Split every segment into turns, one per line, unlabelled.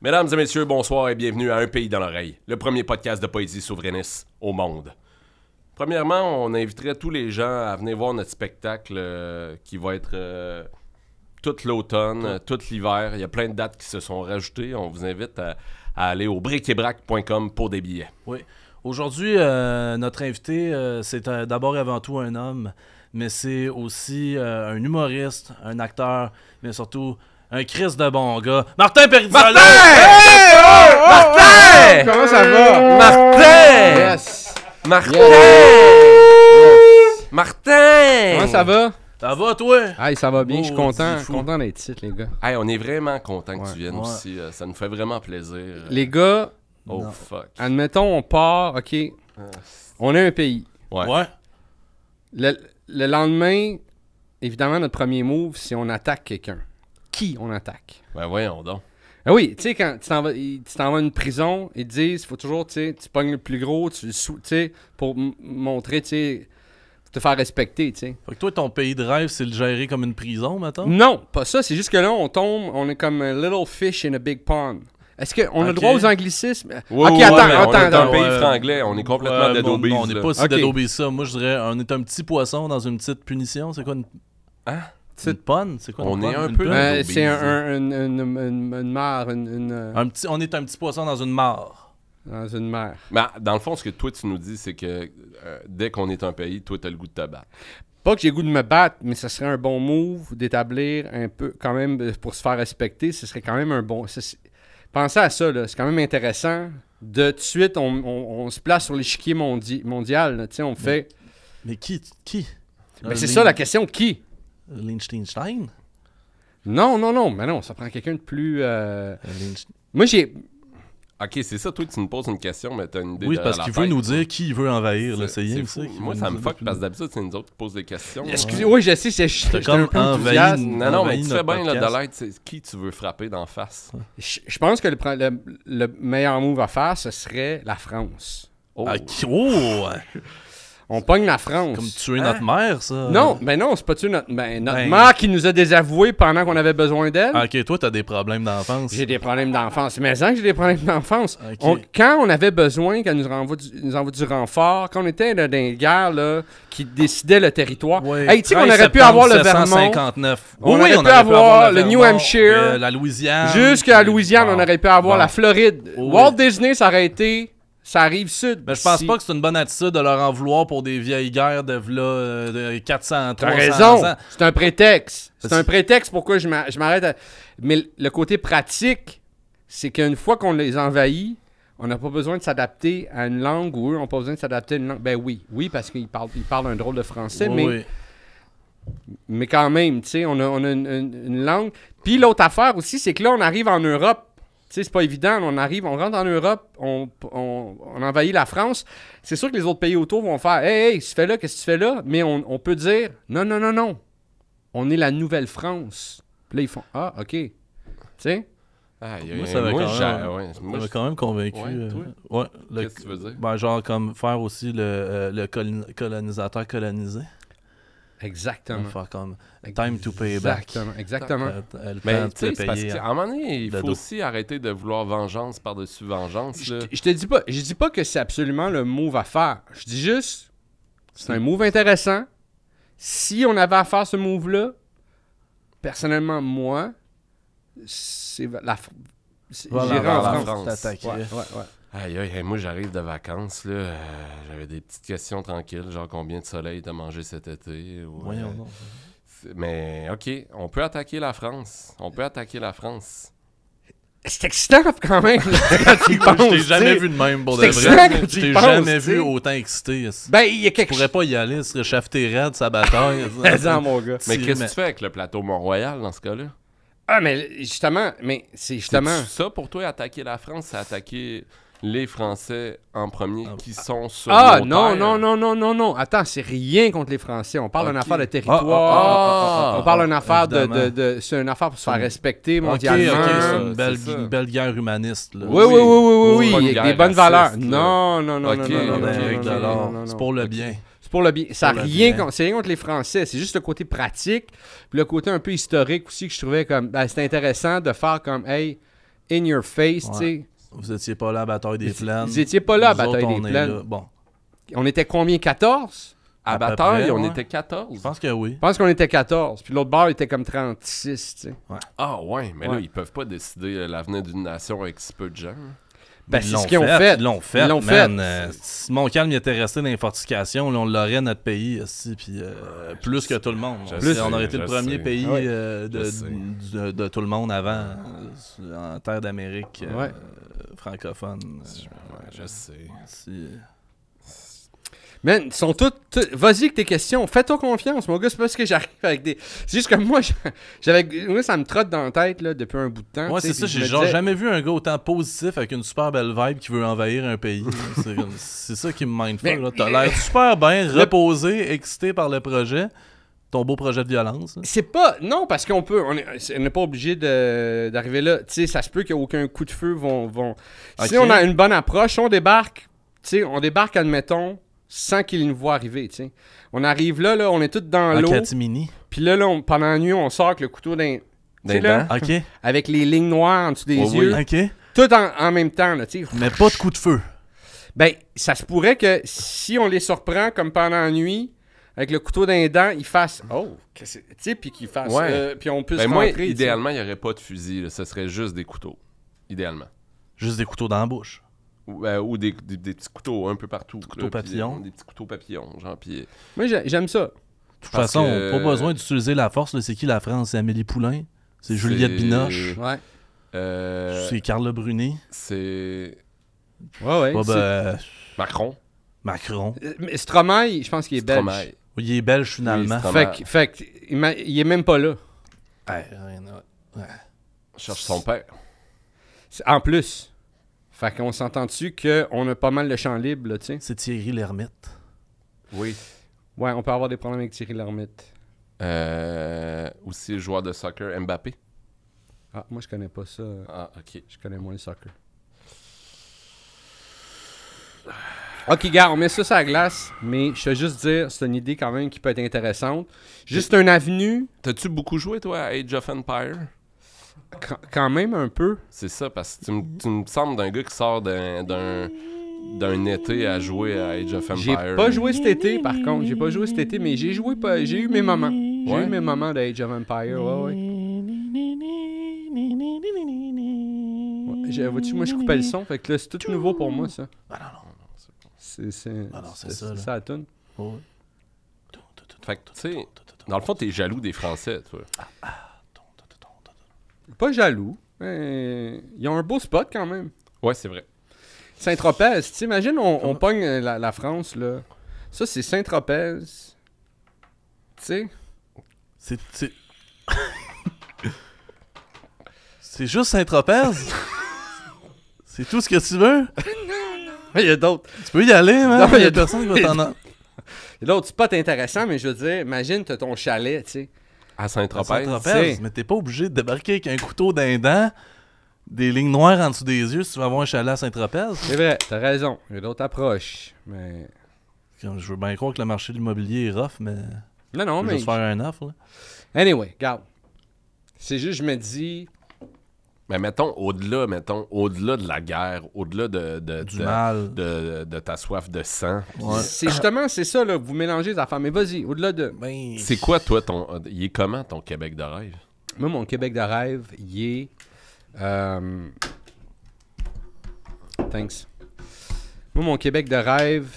Mesdames et messieurs, bonsoir et bienvenue à Un pays dans l'oreille, le premier podcast de poésie souverainiste au monde. Premièrement, on inviterait tous les gens à venir voir notre spectacle euh, qui va être euh, tout l'automne, euh, tout l'hiver. Il y a plein de dates qui se sont rajoutées. On vous invite à, à aller au briquetbrac.com pour des billets.
Oui. Aujourd'hui, euh, notre invité, euh, c'est euh, d'abord et avant tout un homme, mais c'est aussi euh, un humoriste, un acteur, mais surtout un Chris de bon gars. Martin Perizola!
Martin!
Comment ça va?
Martin!
Yes!
Martin!
Yes!
Martin!
Comment ça va?
Ça va, toi?
Hey, ça va bien, je suis content,
Maudit fou.
content d'être ici, les gars.
Hey, on est vraiment content que
Ouais.
tu viennes
Ouais.
aussi. euh, Ça nous fait vraiment plaisir.
Les gars,
Oh
Non.
fuck.
admettons, on part, ok, on est un pays.
Ouais.
Ouais.
Le, le lendemain, évidemment, notre premier move, c'est on attaque quelqu'un. Qui on attaque?
Ben voyons donc.
Ah oui, tu sais, quand tu t'en vas, ils- tu t'en vas à une prison, ils te disent, faut toujours, tu sais, tu pognes le plus gros, tu le sou- tu sais, pour m- montrer, tu sais, te faire respecter, tu sais.
Fait que toi, ton pays de rêve, c'est le gérer comme une prison, maintenant?
Non, pas ça. C'est juste que là, on tombe, on est comme a little fish in a big pond. Est-ce qu'on a
Ok.
le droit aux anglicismes?
Oui,
ok,
oui,
attends,
mais
attends,
on est un
attends.
pays franglais, on est complètement dead
on,
obese,
on
là.
est pas si
Ok.
dead obese ça. Moi, je dirais, on est un petit poisson dans une petite punition. C'est quoi une.
Hein?
Une ponne? C'est quoi une
On est
ponne?
un
Une
peu-
punne?
Ouais.
Euh, c'est un,
obese.
un- une, une, une- une mare, une, une, euh,
Un petit, on est un petit poisson dans une mare.
dans une mare.
Mais Ben, dans le fond, ce que toi tu nous dis, c'est que euh, dès qu'on est un pays, toi t'as le goût de te battre.
Pas que j'ai goût de me battre, mais ce serait un bon move d'établir un peu, quand même, euh, pour se faire respecter, ce serait quand même un bon... ça, c'est- Pensez à ça, là, c'est quand même intéressant. De tout de suite, on, on- on se place sur l'échiquier mondi- mondial, là, tu sais, on fait...
Mais qui? Qui?
Mais c'est ça la question, qui?
Liechtenstein?
Non, non, non, mais non, ça prend quelqu'un de plus... euh,
Euh, Liechtenstein.
Moi, j'ai...
Ok, c'est ça, toi tu nous poses une question, mais t'as une idée
Oui,
de
parce
la
qu'il
tête.
veut nous dire qui il veut envahir, là. C'est rien
C'est
que
fou.
ça. qu'il
Moi
veut
ça
nous
me
dire.
fuck parce que d'habitude c'est nous autres qui posent des questions.
Excusez, oui, je sais, c'est j'étais
T'as
un
comme
peu
envahi.
enthousiaste.
Non, non, mais
envahit
tu fais
notre
bien, là,
podcast.
de l'aide, c'est qui tu veux frapper d'en face.
Je je pense que le, pre- le- le meilleur move à faire, ce serait la France.
Oh.
Ah, qui- oh!
On pogne la France.
Comme tuer notre mère, ça.
Non, mais non, c'est pas tu notre, ben, notre
Ben.
mère qui nous a désavoués pendant qu'on avait besoin d'elle.
Ah, ok, toi, t'as des problèmes d'enfance.
J'ai des problèmes d'enfance. Mais hein, que j'ai des problèmes d'enfance.
Ok.
On- quand on avait besoin qu'elle nous renvoie du, nous envoie du renfort, quand on était là, dans une guerre là, qui décidait le territoire,
Ouais,
hey, tu sais qu'on
13
aurait pu avoir le
septembre
Vermont.
1759.
Oui, oui,
aurait
on
pu
aurait pu avoir le
Vermont,
New Hampshire.
euh, la Louisiane.
Jusqu'à
Et-
Louisiane,
Ben, Bon.
on aurait pu avoir
Bon.
la Floride.
Oui.
Walt Disney, ça aurait été... Ça arrive sud.
Mais je pense
d'ici.
pas que c'est une bonne attitude de leur en vouloir pour des vieilles guerres de, v'là, euh, de 400, 300
T'as raison.
ans.
C'est un prétexte. C'est
Parce-
un prétexte pourquoi je m'a- je m'arrête. à- Mais l- le côté pratique, c'est qu'une fois qu'on les envahit, on n'a pas besoin de s'adapter à une langue ou eux n'ont pas besoin de s'adapter à une langue. Ben oui, oui, parce qu'ils parlent, ils parlent un drôle de français,
Oui,
mais,
oui.
mais quand même, tu sais, on a, on a une, une- une langue. Puis l'autre affaire aussi, c'est que là, on arrive en Europe. Tu sais, c'est pas évident. On arrive, on rentre en Europe, on, on- on envahit la France. C'est sûr que les autres pays autour vont faire Hey, hey, tu fais là, qu'est-ce que tu fais là Mais on, on peut dire Non, non, non, non. On est la Nouvelle-France. Puis là, ils font Ah, OK. Tu sais
Aïe, aïe,
Moi, ça m'a
moi,
quand
j'ai-
même-
ouais,
Ça
moi,
m'a
je-
quand même convaincu.
Ouais,
euh,
toi?
ouais, le-
Qu'est-ce que tu veux dire?
ben, genre comme faire aussi le, euh, le colon- colonisateur colonisé.
Exactement.
Faire comme time to pay back.
Exactement. Exactement.
Euh, euh, le temps
Mais
de
tu sais, c'est parce
payer. hein,
qu'à un moment donné, il
le
faut
dos.
aussi arrêter de vouloir vengeance par-dessus vengeance.
Je
là.
te- je te dis pas, je dis pas que c'est absolument le move à faire. Je dis juste, c'est un move intéressant. Si on avait à faire ce move-là, personnellement, moi, c'est va- la. Fr- c'est-
Voilà,
j'irais
vers
en
la
France.
France.
t'attaquerais.
Ouais, ouais, ouais.
Aïe, aïe, aïe, moi j'arrive de vacances, là. euh, J'avais des petites questions tranquilles, genre combien de soleil t'as mangé cet été. ou,
Voyons
euh,
donc.
c'est- Mais ok, on peut attaquer la France. On peut attaquer la France.
C'est excitant quand même.
Je t'ai
quand tu y penses,
jamais
tu sais.
vu de même, pour de
C'est
vrai.
excellent
Je
quand tu y
t'ai
penses,
jamais
tu sais.
vu autant excité. Je
Ben, il y a quelque
pourrais
chose.
pas y aller, ce serait shafté raide, sa bataille.
Présent, mon gars.
Mais
Si,
qu'est-ce que
mais-
tu fais avec le plateau Mont-Royal dans ce cas-là
Ah, mais justement, mais c'est justement.
C'est-tu Ça pour toi, attaquer la France, c'est attaquer les Français en premier qui sont sur.
Ah,
nos
non,
terres.
non, non, non, non, non. Attends, c'est rien contre les Français. On parle
Ok.
d'une affaire de
ah,
territoire.
ah, ah, ah,
on parle d'une affaire de,
évidemment.
de, de- C'est une affaire pour se faire
Ok,
respecter
Ok, ok,
mondialement.
c'est
mondialement, euh,
une belle,
c'est ça.
une belle guerre humaniste. Là.
Oui, oui, oui,
C'est
oui, oui,
pas
oui,
une
avec
guerre
des bonnes
raciste,
valeurs.
là.
Non, non, non,
Ok,
non, non,
ok,
non,
ok,
non,
ok.
non, non, non, non.
C'est pour le bien.
C'est pour le bien. Ça a
pour hein. le
rien,
bien.
contre- c'est rien contre les Français, c'est juste le côté pratique, puis le côté un peu historique aussi que je trouvais comme, ben, c'était intéressant de faire comme, hey, in your face, tu sais.
Vous étiez pas là à la bataille des
Vous-
plaines.
Vous étiez pas là à
Nous
Bataille
autres, on
des
est
Plaines.
là. Bon,
On était combien 14
À,
À peu
bataille,
près,
on
ouais.
était
je
14.
pense que oui.
Je pense qu'on était 14. Puis l'autre bar était comme 36, tu sais.
Ah ouais, mais là,
Ouais.
ils peuvent pas décider euh, l'avenir d'une nation avec si peu de gens.
Ben,
Ils
c'est
l'ont
ce qu'ils ont fait.
Ils l'ont fait.
Ils l'ont
man.
fait.
Euh, si mon calme il était resté dans les fortifications. Là, on l'aurait notre pays aussi. Puis euh, plus que tout le monde.
Je
On
sais,
sait, on aurait été
je
le premier
sais.
pays
Ah ouais.
euh, de,
Je sais.
de- de tout le monde avant euh, en terre d'Amérique euh,
Ouais.
francophone. euh,
Ouais, je sais.
Si- euh,
Man, ils sont tous. tous- Vas-y que tes questions. Fais-toi confiance, mon gars. C'est pas parce que j'arrive avec des. C'est juste que moi, j'avais. Moi, ça me trotte dans la tête, là, depuis un bout de temps.
Ouais,
Hein, tu sais,
c'est ça.
puis je
J'ai
me
genre
disais-
jamais vu un gars autant positif avec une super belle vibe qui veut envahir un pays. c'est, comme- c'est ça qui me mindfuck.
Mais-
là. T'as l'air super bien reposé, excité par le projet. Ton beau projet de violence. là.
C'est pas. Non, parce qu'on peut. On est- c'est- on n'est pas obligé de- d'arriver là. Tu sais, ça se peut qu'aucun coup de feu vont. vont... Si
Ok.
on a une bonne approche, on débarque. Tu sais, on débarque, admettons, sans qu'ils nous voient arriver, tu sais. On arrive là, là, on est tous dans
En
l'eau.
catimini.
Puis là, là on- pendant la nuit, on sort avec le couteau d'un.
D'un
là,
dent?
Ok.
avec les lignes noires en dessous des
Oui, oui.
yeux.
Ok.
Tout en, en même temps, là, tu sais.
Mais pas de coup de feu.
Ben, ça se pourrait que si on les surprend comme pendant la nuit, avec le couteau d'un dent, ils fassent oh, qu'est-ce que c'est- tu sais, puis qu'ils fassent,
Ouais.
euh, puis on puisse
Ben moi,
rentrer, tu sais.
idéalement, il n'y aurait pas de fusil. là. Ce serait juste des couteaux. Idéalement.
Juste des couteaux dans la bouche.
Ou, ben, ou des, des- des petits couteaux un peu partout. Des
couteaux papillons.
Des petits couteaux papillons, genre. Puis,
Moi, j'ai- j'aime ça.
De toute
Parce
façon,
que-
pas besoin d'utiliser la force. là. C'est qui la France C'est Amélie Poulain. C'est Juliette
C'est-
Binoche.
Ouais.
euh,
C'est Carla Bruni.
c'est
Ouais, ouais.
Pas
c'est-
ben,
Macron.
Macron.
Euh, Mais Stromae, je pense qu'il est belge.
Stromae.
Il est belge finalement.
Stromae.
Fait que, fait que, il m'a- il est même pas là.
Ouais, rien à-
Cherche son père.
C'est- En plus. Fait qu'on s'entend dessus qu'on a pas mal de champ libre, là, tu sais.
C'est Thierry Lhermitte.
Oui.
Ouais, on peut avoir des problèmes avec Thierry Lhermitte.
Euh, aussi joueur de soccer, Mbappé.
Ah, moi, je connais pas ça.
Ah, ok.
Je connais moins le soccer. Ok, gars, on met ça sur la glace, mais je veux juste dire, c'est une idée quand même qui peut être intéressante. Juste un avenue,
T'as-tu beaucoup joué, toi, à Age of Empire?
quand- quand même un peu.
C'est ça, parce que tu me-
Mhm.
tu me sembles d'un gars qui sort d'un, d'un, d'un été à jouer à Age of Empire.
J'ai pas joué cet été, par contre. J'ai pas joué cet été, mais j'ai joué pas. J'ai eu mes moments. J'ai
Ouais.
eu mes moments d'Age of Empire, ouais, ouais. ouais j'ai- vois-tu, moi, je coupais le son, fait que là, c'est tout nouveau pour moi, ça. C'est, c'est,
Ah non, c'est
c'est-
ça, là.
c'est ça la toune.
Ouais.
Fait que, tu sais, dans le fond, t'es jaloux des Français, toi.
Pas jaloux. mais Ils ont un beau spot quand même.
Ouais, c'est vrai.
Saint-Tropez, tu imagines, on, on pogne euh, la, la France, là. Ça, c'est Saint-Tropez. Tu sais?
C'est. c'est- C'est juste Saint-Tropez? C'est tout ce que tu veux?
Il y a d'autres.
Tu peux y aller, man.
Non,
Il y
y
a
a
personne qui va t'en. en-
Il y a d'autres spots intéressants, mais je veux dire, imagine, t'as ton chalet, tu sais.
À Saint-Tropez.
Saint-Tropez,
c'est-
mais t'es pas obligé de débarquer avec un couteau d'un dent, des lignes noires en dessous des yeux si tu vas avoir un chalet à Saint-Tropez.
C'est vrai, t'as raison. Il y a d'autres approches. Mais.
Comme, Je veux bien croire que le marché de l'immobilier est rough, mais.
Non, non,
Je
mais.
juste faire un offre, là.
Anyway, regarde. C'est juste, je me dis.
Mais mettons, au-delà, mettons, au-delà de la guerre, au-delà de, de,
Du
de,
mal.
de, de ta soif de sang,
Ouais.
C'est justement, c'est ça, là, vous mélangez les affaires. Mais vas-y, au-delà de.
Ben,
c'est quoi, toi, ton. Il est comment, ton Québec de rêve?
Moi, mon Québec de rêve, il est. euh, Thanks. Moi, mon Québec de rêve.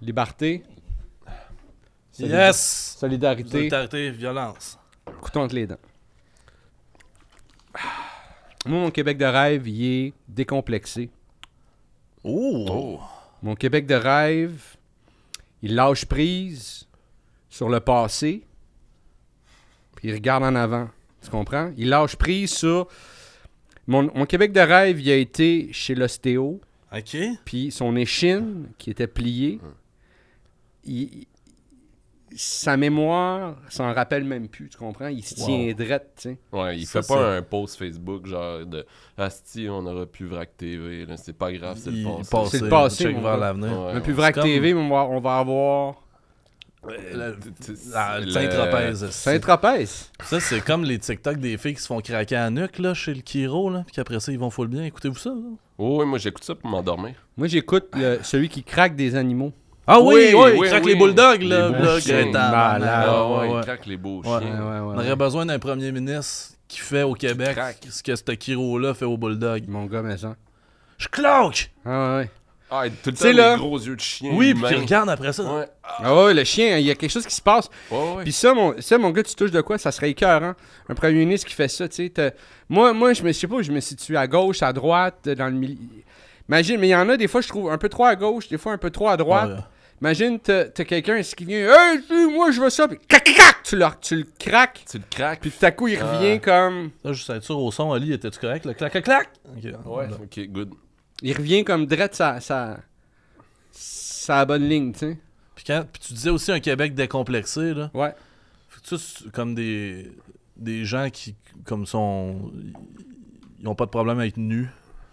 Liberté,
Yes!
solidarité,
Solidarité, violence.
couteau entre les dents. Moi, mon Québec de rêve, il est décomplexé.
Oh!
Mon Québec de rêve, il lâche prise sur le passé, puis il regarde en avant. Tu comprends? Il lâche prise sur. Mon, mon Québec de rêve, il a été chez l'ostéo,
Ok.
puis son échine qui était pliée, il- il- sa mémoire s'en rappelle même plus, tu comprends? Il se
Wow.
tient drette, tu sais.
Ouais, il
Ça,
fait pas
c'est-
un post Facebook genre de Asti, on aura plus Vrac TV, là, c'est pas grave, Ah, c'est le
Il
passé.
passe-
C'est le passé,
check
mon
vers
gars.
l'avenir.
Ouais,
Mais
ouais.
plus vrai que
C'est comme-
TV, on va, on va avoir
Euh, t- t-
Ah,
le-
Saint-Tropez. c'est-
Saint-Tropez.
Ça, c'est comme les TikTok des filles qui se font craquer à la nuque là, chez le Kiro, là, puis qu'après ça, ils vont full bien. Écoutez-vous ça. là?
Oh, oui, moi j'écoute ça pour m'endormir.
Moi, j'écoute le- celui qui craque des animaux.
Ah
Oui,
oui, oui,
oui,
ils craquent
oui.
les bulldogs. Là,
Les
là,
beaux
là,
chiens.
Greta,
Malade.
là,
Ah,
ouais,
ouais,
ouais.
il craque les beaux
Ouais,
chiens.
On aurait besoin d'un premier ministre qui fait au Québec
craque.
ce que ce Kiro-là fait aux bulldogs.
Mon gars, mais ça.
Je claque!
Ah ouais, ouais.
Ah, et tout le temps,
C'est là.
les gros yeux de chien.
Oui, puis
humain.
qui regarde après ça.
Mm, ben, Ouais.
Ah ouais, le chien, il y a quelque chose qui se passe.
Ouais, ouais.
Puis ça mon, ça, mon gars, tu touches de quoi? Ça serait écœurant. Un premier ministre qui fait ça, tu sais. t'as- Moi, moi je me je sais pas, où je me situe à gauche, à droite, euh, dans le milieu. Imagine, mais il y en a des fois, je trouve un peu trop à gauche, des fois un peu trop à droite.
Ah, Ouais.
Imagine, t'as t'as quelqu'un ici qui vient, Hey, tu, moi, je veux ça, puis clac, clac, clac, tu le, tu le craques,
Tu le craques.
puis tout à coup, il
Ah.
revient comme.
Là, juste être sûr au son, Ali, était-tu correct? Là? Clac, clac, clac! Ok.
Ouais, ok, good.
Il revient comme drette sa, sa, sa bonne ligne, tu sais.
Puis, quand, puis tu disais aussi un Québec décomplexé, là.
Ouais.
Fait que ça, c'est comme des, des gens qui, comme sont. Ils ont pas de problème à être nus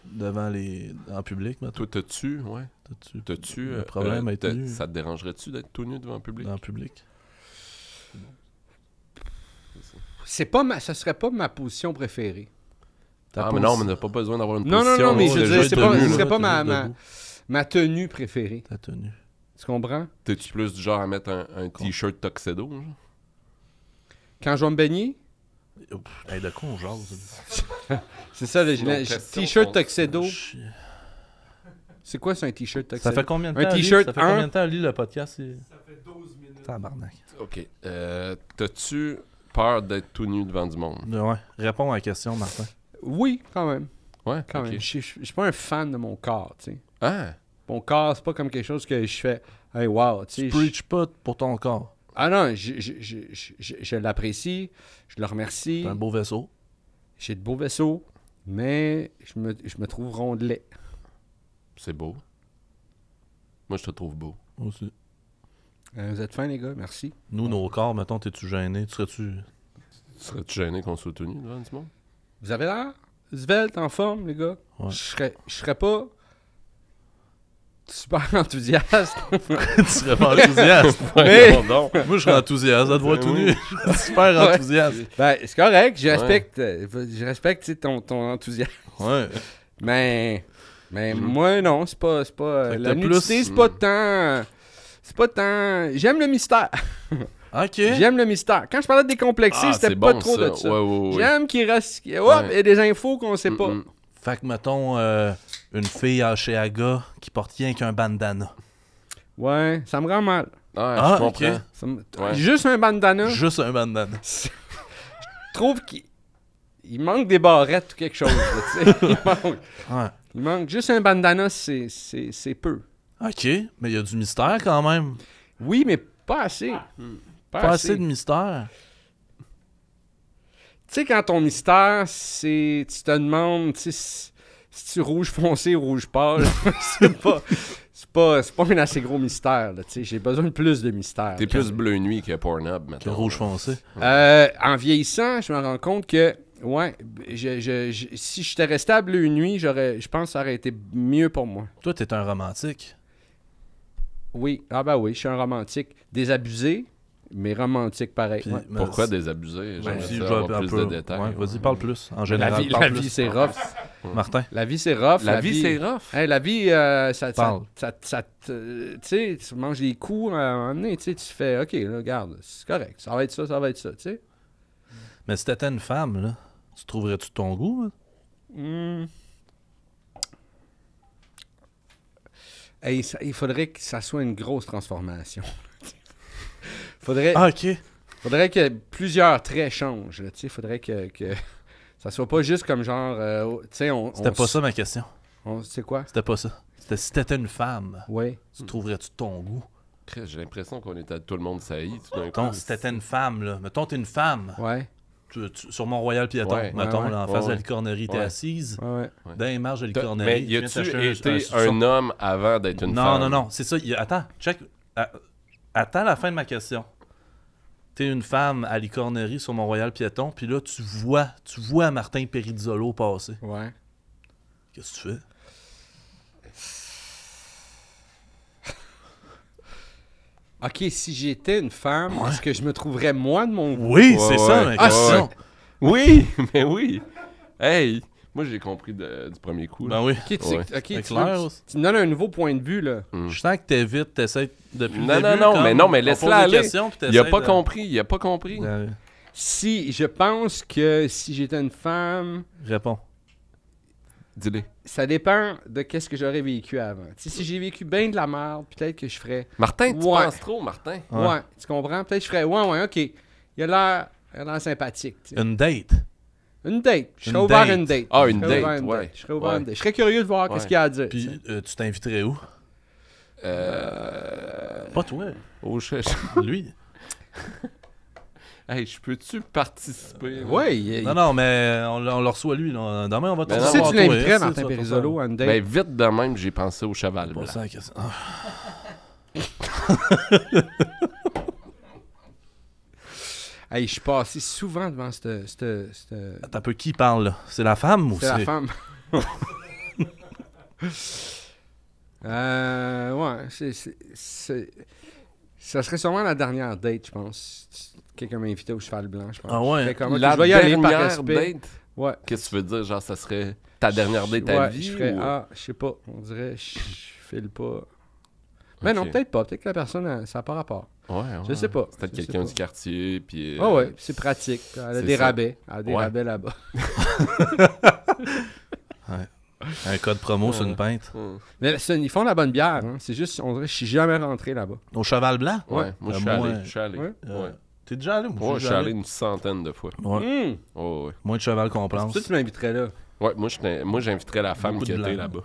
devant les. en public, maintenant.
Toi, t'as-tu, ouais,
T'as-tu- euh,
t'as-tu... euh,
Le problème à être
t'as-
nu.
Ça te dérangerait-tu d'être tout nu devant le public?
Dans le public.
C'est pas ma, ça serait pas ma position préférée.
Ah, mais non, mais on n'a pas besoin d'avoir une
Non, non,
position.
non, mais
là,
je veux
de
dire,
juste
c'est pas-
nu,
ce
là.
serait pas
T'es
ma-
juste
ma-
debout.
Ma tenue préférée.
Ta tenue.
Tu comprends?
T'es-tu plus du genre à mettre un, un t-shirt tuxedo? genre?
Quand je vais me baigner,
Oh, pff, hey, de quoi on jase?
C'est ça, le
Sinon,
le-
question,
t-shirt
on-
tuxedo.
Chi-
C'est quoi, c'est un t-shirt tuxedo?
Ça fait combien de
Un
temps, Ali?
t-shirt,
Ça fait
un.
combien de temps, Ali, le podcast? Ça fait 12 minutes. Tabarnak.
Ok. Euh, t'as-tu peur d'être tout nu devant du monde?
Ouais, réponds à la question, Martin.
Oui, quand même.
Ouais,
Quand
ok.
même. Je je- je suis pas un fan de mon corps, tu sais.
Ah,
Mon corps, c'est pas comme quelque chose que je fais. Hey, wow, tu sais. je-
Preach pas pour ton corps.
Ah non, je, je- je- je- je- je l'apprécie, je le remercie.
T'as un beau vaisseau.
J'ai de beaux vaisseaux, mais je me, je me trouve rondelet.
c'est beau. Moi, je te trouve beau.
Aussi.
Euh, vous êtes fins, les gars, merci.
Nous, nos corps, mettons, t'es-tu gêné? Tu serais-tu.
Serais-tu gêné qu'on soit tout nu devant du monde?
Vous avez l'air svelte, en forme, les gars.
Ouais.
Je serais je serais pas super enthousiaste.
tu serais pas enthousiaste.
Mais-
Voyons donc.
Moi, je serais enthousiaste. Ça te voit tout nu. Je suis Super
Ouais.
enthousiaste.
Ben, c'est correct, je respecte, euh, je respecte tu sais, ton, ton enthousiasme.
Ouais.
Mais, mais
Mm-hmm.
moi, non, c'est pas, c'est pas, euh,
Fait que
la
t'as
nudité,
plus-
c'est
mm.
pas tant, c'est pas tant, j'aime le mystère,
Ok.
j'aime le mystère. Quand je parlais de décomplexer,
Eh? Ah,
c'était
c'est
pas
bon,
trop
ça.
de ça.
Ouais, ouais, ouais.
J'aime qu'il reste, qu'il- hop,
Ouais.
il y a des infos qu'on sait pas.
Mm, mm.
Fait que, mettons, euh, une fille à Cheaga qui porte rien qu'un bandana.
Ouais, ça me rend mal.
Ah,
Ah,
je comprends.
ok.
Ça me-
Ouais.
Juste un bandana, je
Juste un bandana.
trouve qu'il il manque des barrettes ou quelque chose, là, tu sais. il, manque,
Ouais.
il manque juste un bandana, c'est- c'est c'est peu.
Ok, mais il y a du mystère quand même.
Oui, mais pas assez.
Ah. Hmm.
Pas,
Pas
assez.
assez de mystère.
Tu sais, quand ton mystère, c'est. Tu te demandes, tu sais, si- si tu rouge foncé ou rouge pâle, c'est pas. C'est pas, c'est pas un assez gros mystère, là, tu sais. J'ai besoin de plus de mystère.
T'es plus bleu nuit que Pornhub,
Que
maintenant.
rouge foncé.
Euh, en vieillissant, je me rends compte que, ouais, je, je- je- si j'étais resté à bleu nuit, j'aurais, je pense que ça aurait été mieux pour moi.
Toi, t'es un romantique.
Oui, ah ben oui, je suis un romantique. Désabusé, mais romantique pareil.
Puis-
Ouais.
mais-
Pourquoi désabuser? J'aimerais
Ben, Si je
ça
dois
avoir
un
plus de
peu-
détails.
ouais,
ouais.
Vas-y, parle plus. En
La
général,
vie,
parle
la
plus.
vie, c'est rough.
Martin.
La vie, c'est rough.
La vie, c'est rough.
Hey, la vie, euh, ça, ça,
Parle.
ça, ça te- euh, tu sais, tu manges des coups euh, à un moment donné, tu sais, tu fais, OK, là, regarde, c'est correct, ça va être ça, ça va être ça, tu sais.
Mais si t'étais une femme, là, tu trouverais-tu ton goût? hein?
Hey, ça- il faudrait que ça soit une grosse transformation. faudrait,
Ah, ok.
faudrait que plusieurs traits changent, là, tu sais, faudrait que, que ça soit pas juste comme genre, euh, oh, tu sais, on...
C'était
on
pas
s-
ça ma question.
on- C'est quoi?
C'était pas ça. C'était si t'étais une femme,
Oui.
tu trouverais-tu ton goût?
Chris, J'ai l'impression qu'on est à tout le monde saillit tout d'un
Mettons,
coup.
si t'étais une femme, là. Mettons, t'es une femme.
Ouais,
Tu- tu- sur Mont-Royal piéton,
Ouais,
mettons,
ouais,
là, en
ouais,
face de la
ouais.
licornerie, t'es
Ouais.
assise.
ouais, ouais.
Dans les marges de la
T'as-
licornerie.
Mais
tu
y
viens
a-tu
t'acheter
été
un-
un homme avant d'être une
non,
femme?
Non, non, c'est ça. il y a- Attends, check. A- Attends la fin de ma question. T'es une femme à l'icornerie sur Mont-Royal piéton, puis là, tu vois, tu vois Martin Perizzolo passer.
Ouais.
Qu'est-ce que tu fais?
OK, si j'étais une femme, est-ce que je me trouverais moi de mon goût?
Oui,
Ouais,
c'est
ouais.
ça, mais
Ah,
question.
ouais.
Oui, mais oui. Hey, moi j'ai compris de- du premier coup. là.
Ben oui.
Ok, tu,
Ouais.
ok,
C'est
tu veux-
clair, aussi.
tu me donnes un nouveau point de vue, là.
Je sens que t'es vite, t'essayes depuis
Non,
le
non,
début.
non,
comme,
mais non, mais
on
laisse-la
pose des
aller.
questions, puis
il a
t'essayes
pas
de- Ben,
compris, il a pas compris.
de-
Si je pense que si j'étais une femme,
Réponds.
Dis-le.
ça dépend de qu'est-ce que j'aurais vécu avant. Tu sais, si j'ai vécu bien de la merde, peut-être que je ferais.
Martin, tu
Ouais.
penses trop, Martin.
Ouais.
Ouais. tu comprends? Peut-être que je ferais. Ouais, ouais, ok. Il a l'air, il a l'air sympathique. tu sais.
Une date.
Une date. Je serais
Une
ouvert à
date.
une date.
Ah, une
Je serais ouvert
date,
à
ouais.
Je serais ouvert à
Ouais.
une date. Je serais curieux de voir
Ouais.
qu'est-ce qu'il y a à dire. tu sais.
Puis euh, tu t'inviterais où?
Euh...
Pas toi,
Oh, je...
lui.
Hey, je peux-tu participer? là?
Ouais, il-
Non, non, mais euh, on, le- on le reçoit lui. Là. Demain, on va te hein.
Ben
Tu
non,
sais,
voir
tu l'inviterais, Martin Perisolo, à une date.
Ben, vite de même, j'ai pensé au
hein.
cheval. blanc.
la question. Ah,
Hey, je suis passé souvent devant cette. cette- cette-
T'as peu qui parle, là? C'est la femme ou
C'est
c'est...
la femme. euh, ouais, c'est- c'est- c'est- Ça serait sûrement la dernière date, je pense. Si Quelqu'un m'a invité au cheval blanc, je pense.
Ah ouais.
Je fais comme, ok,
La
je vais y aller par
dernière
respect.
date?
Ouais.
Qu'est-ce que tu veux dire? Genre, ça serait ta dernière date à
ouais,
vie?
je ferais,
ou-
ah, je sais pas, on dirait, je file pas. Mais non,
Ok.
peut-être pas. Peut-être que la personne, elle- ça n'a pas rapport.
Ouais, ouais.
Je sais pas.
C'est peut-être
Je sais
quelqu'un
pas.
du quartier, puis... euh,
Ah ouais, c'est pratique. Elle a
c'est
des
ça.
rabais. Elle a des
Ouais.
rabais là-bas.
Un code promo sur une pinte.
hum.
Mais c'est- ils font la bonne bière. hein. C'est juste, on dirait, je suis jamais rentré là-bas.
Au cheval blanc?
Ouais,
Ouais.
moi, je
Euh,
suis
moi,
allé. Je suis allé.
ouais.
Ouais,
Euh, T'es déjà allé?
Ouais, je suis allé une centaine de fois.
Ouais.
Hum!
Oh, ouais.
Moins de cheval qu'on
C'est pour
pense.
ça que tu m'inviterais là.
Ouais, moi, je t'in- moi, j'inviterais la femme
Beaucoup
qui
de
était
blanc.
là-bas.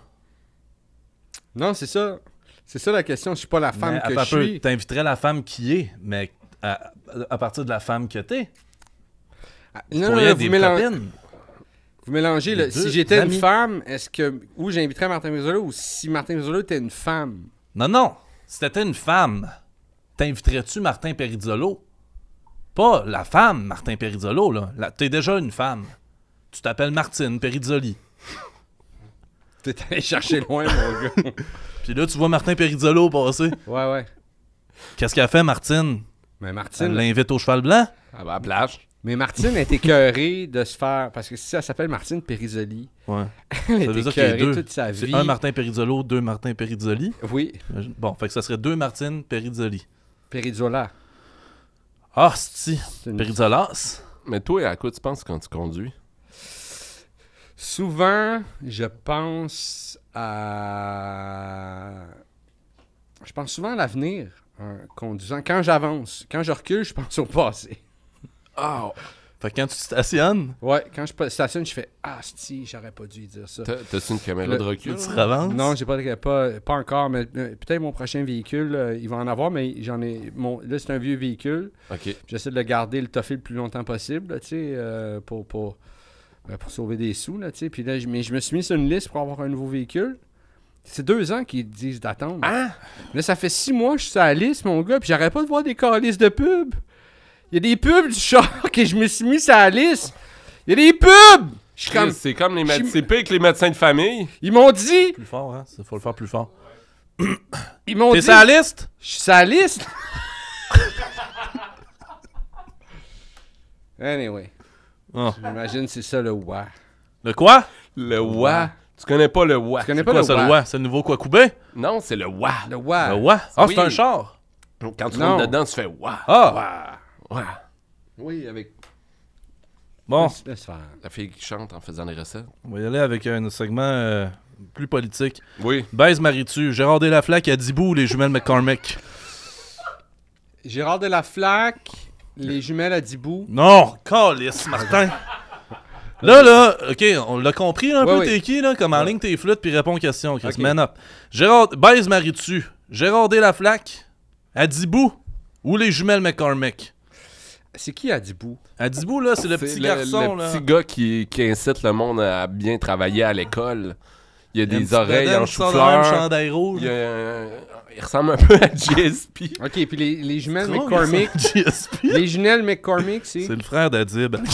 Non, c'est ça. C'est ça la question. Je suis pas la femme
Mais
que je
attends un peu,
suis.
T'inviterais la femme qui est, mais à, à partir de la femme que t'es.
Ah,
Pour
Non, non,
y
non,
être
vous,
des
mélan-
copines.
vous mélangez.
Les
là.
deux
si j'étais une
amis.
femme, est-ce que. Ou j'inviterais Martin Mazzolo ou si Martin Mazzolo était une femme.
Non, non. Si t'étais une femme, t'inviterais-tu Martin Perizzolo? Pas la femme, Martin Perizzolo, là. La- T'es déjà une femme. Tu t'appelles Martine Perizzoli.
T'es allé chercher loin, mon gars.
Puis là, tu vois Martin Perizzolo passer.
Ouais, ouais.
Qu'est-ce qu'elle fait, Martine?
Mais
Elle
Martine,
l'invite au cheval blanc?
À la plage.
mais Martine est écœurée de se faire. Parce que si elle s'appelle Martine Périsoli,
Ouais.
elle
Ça veut
est
dire qu'il y a
écœurée
deux.
toute sa vie.
C'est un Martin Perizzolo, deux Martin Perizzoli.
Oui,
Imagine- Bon, fait que ça serait deux Martine Perizzoli.
Périzola.
Ah, si.
C'est une-
Perizzolas.
Mais toi, à quoi tu penses quand tu conduis?
Souvent, je pense à. Je pense souvent à l'avenir en conduisant. Quand j'avance, quand je recule, je pense au passé.
Ah,
Fait que quand tu stationnes,
Ouais, quand je stationne, je fais Ah, si, j'aurais pas dû dire ça.
t'as- t'as-tu une caméra
Le-
de recul?
tu revances.
Non, j'ai pas, pas, pas encore, mais euh, peut-être mon prochain véhicule, euh, il va en avoir, mais j'en ai. Mon, là, c'est un vieux véhicule.
OK.
J'essaie de le garder, le toffer le plus longtemps possible, là, tu sais, euh, pour, pour, ben, pour sauver des sous, là, tu sais. Puis là, je- mais je me suis mis sur une liste pour avoir un nouveau véhicule. C'est deux ans qu'ils disent d'attendre.
Ah!
Là, ça fait six mois que je suis sur la liste, mon gars, puis j'arrête pas de voir des calices de pubs. Il y a des pubs du char que je me suis mis sur la liste. Il y a des pubs! Je suis
Chris,
comme-
C'est comme les médecins...
J'im-
C'est pire que les médecins de famille.
Ils m'ont dit!
Plus fort, hein? Ça, Faut le faire plus fort.
Ils m'ont
T'es
dit!
sur la liste?
Je suis sur la liste! anyway,
Ah.
j'imagine que c'est ça le ouais.
Le quoi?
Le wa. Tu connais pas le wa.
Tu connais
C'est
pas
quoi
le
ça, le
wa?
wa? C'est le nouveau Kwakubé?
Non, c'est le wa.
Le wa.
Le wa? Ah,
Oui.
c'est un char?
Quand tu
Non.
rentres dedans, tu fais wa.
Ah!
Wa. Oui, avec
Bon,
Laisse faire.
la fille qui chante en faisant les recettes.
on va y aller avec un segment euh, plus politique.
Oui.
Baise Maritu, Gérard Delaflaque à Dibou, les jumelles McCormick.
Gérard de la Flaque, les jumelles à Dibou.
Non! Calice, Martin! Là, là, ok, on l'a compris là, un
Ouais,
peu,
ouais.
t'es qui, là? Comme en ligne, t'es flûte, puis réponds aux questions, Chris.
Ok.
Man up. Gérard, baise Maritu, Gérard Delaflaque à Dibou ou les jumelles McCormick?
C'est qui à Dibou?
À Dibou, là, c'est le
C'est
petit garçon,
le
là.
petit gars qui, qui incite le monde à bien travailler à l'école. Il a
Il y a une
des
petite
oreilles
bedaine
en
qui sort dans le même
chou-fleur.
chandail rouge.
Il, a un- il ressemble un peu à GSP.
Ok, puis les, les jumelles
Drôle,
McCormick.
ça, GSP.
les jumelles McCormick, c'est.
C'est le frère d'Adib.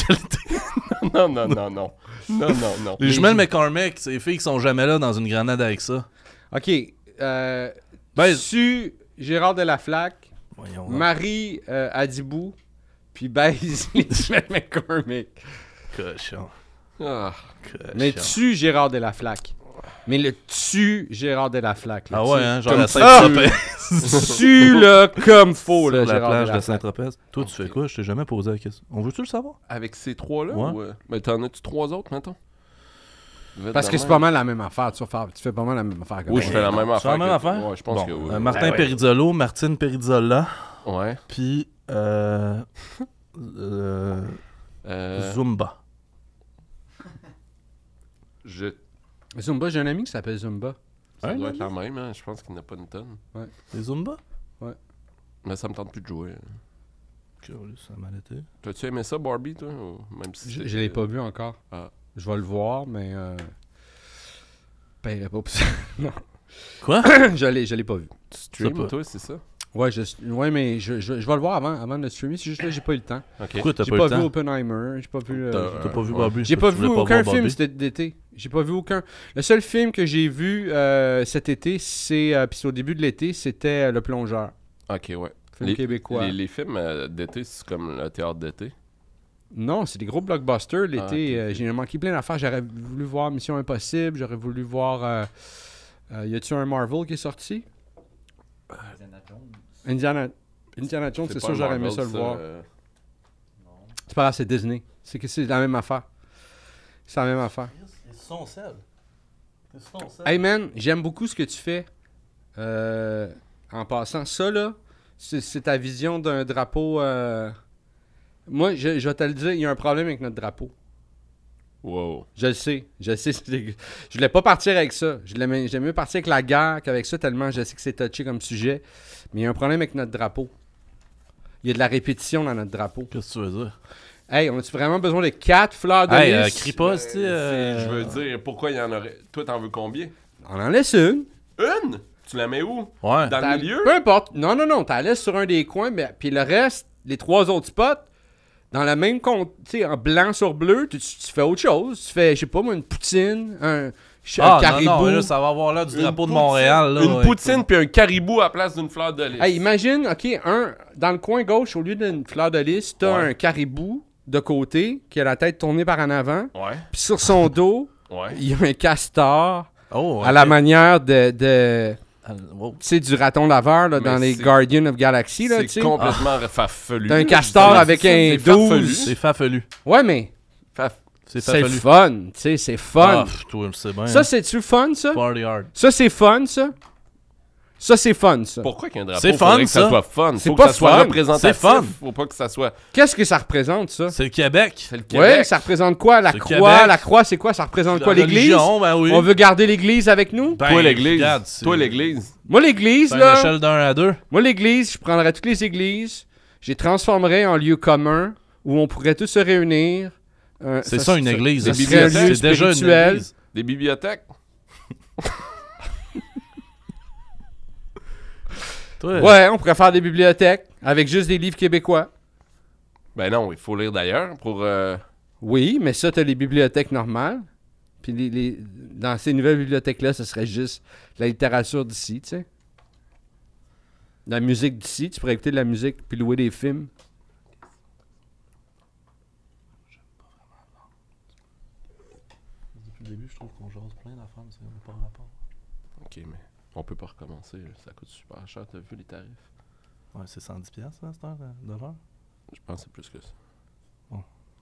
Non, non, non, non. Non, non, non.
Les jumelles McCormick, c'est les filles qui sont jamais là dans une grenade avec ça.
Ok. Euh,
Ben-
su Gérard de la Flaque,
Voyons. donc.
Marie euh, Adibou, puis Baisley McCormick.
Cochon.
Ah.
Cochon.
Mais tu Gérard Delaflaque. Mais le tu Gérard Delaflaque. là,
Ah
tu-
ouais, hein, genre
comme
la
ça.
Saint-Tropez.
Tu le comme faux, là,
Sur la
Gérard
plage de
Delaflaque.
Saint-Tropez. Toi, tu fais quoi Je t'ai jamais posé la question. On veut-tu le savoir
Avec ces trois-là
Ouais.
ou, euh, Mais t'en as-tu trois autres, mettons
Parce que c'est pas mal la même affaire. Tu, vas faire- tu fais pas mal la même affaire. que
Oui,
moi.
je fais la même affaire.
C'est la même
que-
affaire
Ouais, je pense
Bon,
que oui.
euh, Martin
Ben ouais.
Perizzolo, Martine Perizzola,
Ouais.
puis euh, euh,
Euh,
Zumba.
je...
Zumba, j'ai un ami qui s'appelle Zumba.
Ça
Ouais,
doit
ouais.
être la même, hein. je pense qu'il n'a pas une tonne.
C'est Zumba
Mais ça me tente plus de jouer.
Cool, ça m'a l'été.
T'as-tu aimé ça, Barbie, toi ou- Même si
Je,
c'est-
je l'ai pas vu encore.
Ah.
Je vais le voir, mais. Euh... paierai pas pour ça.
Quoi
je l'ai je l'ai pas vu.
Tu streams,
pas.
toi, c'est ça
Ouais, je, ouais mais je, je, je vais le voir avant, avant de le streamer. C'est juste que j'ai pas eu le temps.
Ok.
Pourquoi t'as
J'ai
pas, eu
pas,
le
vu
temps
Oppenheimer. J'ai pas vu. euh,
T'as-
j'ai-
T'as pas vu
Ouais.
Barbie
J'ai
ça,
pas
tu
vu
voulais
aucun
voir
film
Barbie.
cet- d'été. J'ai pas vu aucun. Le seul film que j'ai vu euh, cet été, c'est euh, puis c'est au début de l'été, c'était euh, Le Plongeur,
Ok, ouais.
film
Les-
québécois.
Les, les films euh, d'été, c'est comme le théâtre d'été.
Non, c'est des gros blockbusters l'été.
Ah, ok,
euh,
ok.
j'ai manqué plein d'affaires. J'aurais voulu voir Mission Impossible. J'aurais voulu voir. euh, euh, y a-tu un Marvel qui est sorti Indiana Indiana Jones, c'est
pas
sûr,
un
j'aurais aimé
Marvel,
ça le voir.
euh,
C'est pas grave, c'est Disney. C'est que c'est la même affaire. C'est la même affaire.
C'est son sel. C'est son sel.
Hey man, j'aime beaucoup ce que tu fais. Euh, en passant, ça là, c'est c'est ta vision d'un drapeau. euh, Moi, je, je vais te le dire, il y a un problème avec notre drapeau.
Wow.
Je le sais, je le sais. c'est dégueu. Je voulais pas partir avec ça. Je l'aimais- J'aime mieux partir avec la guerre qu'avec ça, tellement je sais que c'est touché comme sujet. Mais il y a un problème avec notre drapeau. Il y a de la répétition dans notre drapeau.
Qu'est-ce que tu veux dire
Hey, on a-tu vraiment besoin de quatre fleurs de
Hey, euh,
lys?
crie pas, tu sais.
C'est- Je veux
euh,
dire, pourquoi il y en aurait. Toi, t'en veux combien
On en laisse une.
Une Tu la mets où
Ouais. Ah,
Dans
T'as-
le milieu
Peu importe. Non, non, non. T'as la laisses sur un des coins, mais, puis le reste, les trois autres spots, dans le même compte, tu sais, en blanc sur bleu, tu, tu- tu fais autre chose. Tu fais, je sais pas moi, une poutine, un, ch- un
Ah, non,
caribou.
non, là, ça va avoir l'air du
Une
drapeau de
poutine-
Montréal. Là,
Une
ouais.
poutine puis un caribou à la place d'une fleur de lys.
Hey, imagine, OK, un, dans le coin gauche, au lieu d'une fleur de lys, t'as
Ouais.
un caribou de côté qui a la tête tournée par en avant.
Ouais,
Puis sur son dos,
ouais.
il y a un castor
Oh,
à la manière de... de
Ah, wow.
tu sais, du raton laveur là,
Mais
dans les
c'est-
Guardians of Galaxy. Là, tu
C'est
sais.
complètement farfelu.
T'as un castor avec un
C'est
12.
fafelu.
Ah. Ouais, mais
C'est
c'est
fafelu.
fun. Tu sais, c'est fun.
Ah, pff, toi, je sais bien.
ça,
hein.
c'est-tu fun, ça?
Party hard.
Ça, c'est fun, ça? Ça, c'est fun, ça.
Pourquoi qu'un drapeau
C'est
faudrait
fun,
que ça
ça.
soit fun.
C'est
Faut
pas
que ça soit
fun.
représentatif.
C'est fun.
Faut pas que ça soit.
Qu'est-ce que ça représente, ça?
C'est le Québec.
C'est le Québec.
Ouais, ça représente quoi? La
C'est le
croix,
Québec.
la croix, c'est quoi? Ça représente quoi?
La
L'église?
religion, ben oui.
On veut garder l'église avec nous?
Ben,
Toi l'église.
regarde, c'est-
Toi l'église.
Moi, l'église,
C'est une
là.
échelle d'un à deux.
Moi, l'église, je prendrais toutes les églises, je les transformerais en lieu commun où on pourrait tous se réunir. Euh,
C'est ça, une église.
ça
hein.
serait un
bibliothèque
lieu
C'est déjà une
spirituel.
église.
Des bibliothèques.
Toi,
Ouais, on pourrait faire des bibliothèques avec juste des livres québécois.
Ben non, il faut lire d'ailleurs pour. euh,
Oui, mais ça, t'as les bibliothèques normales. Puis les, les- dans ces nouvelles bibliothèques-là, ce serait juste la littérature d'ici, tu sais. La musique d'ici, tu pourrais écouter de la musique puis louer des films.
Depuis le début, je trouve qu'on jase plein d'affaires, mais ça n'a pas rapport.
Ok, mais on peut pas recommencer. là. Ça coûte super cher. T'as vu les tarifs
Ouais, c'est 110 piastres, là, cette heure, euh, de l'heure.
Je pense que c'est plus que ça.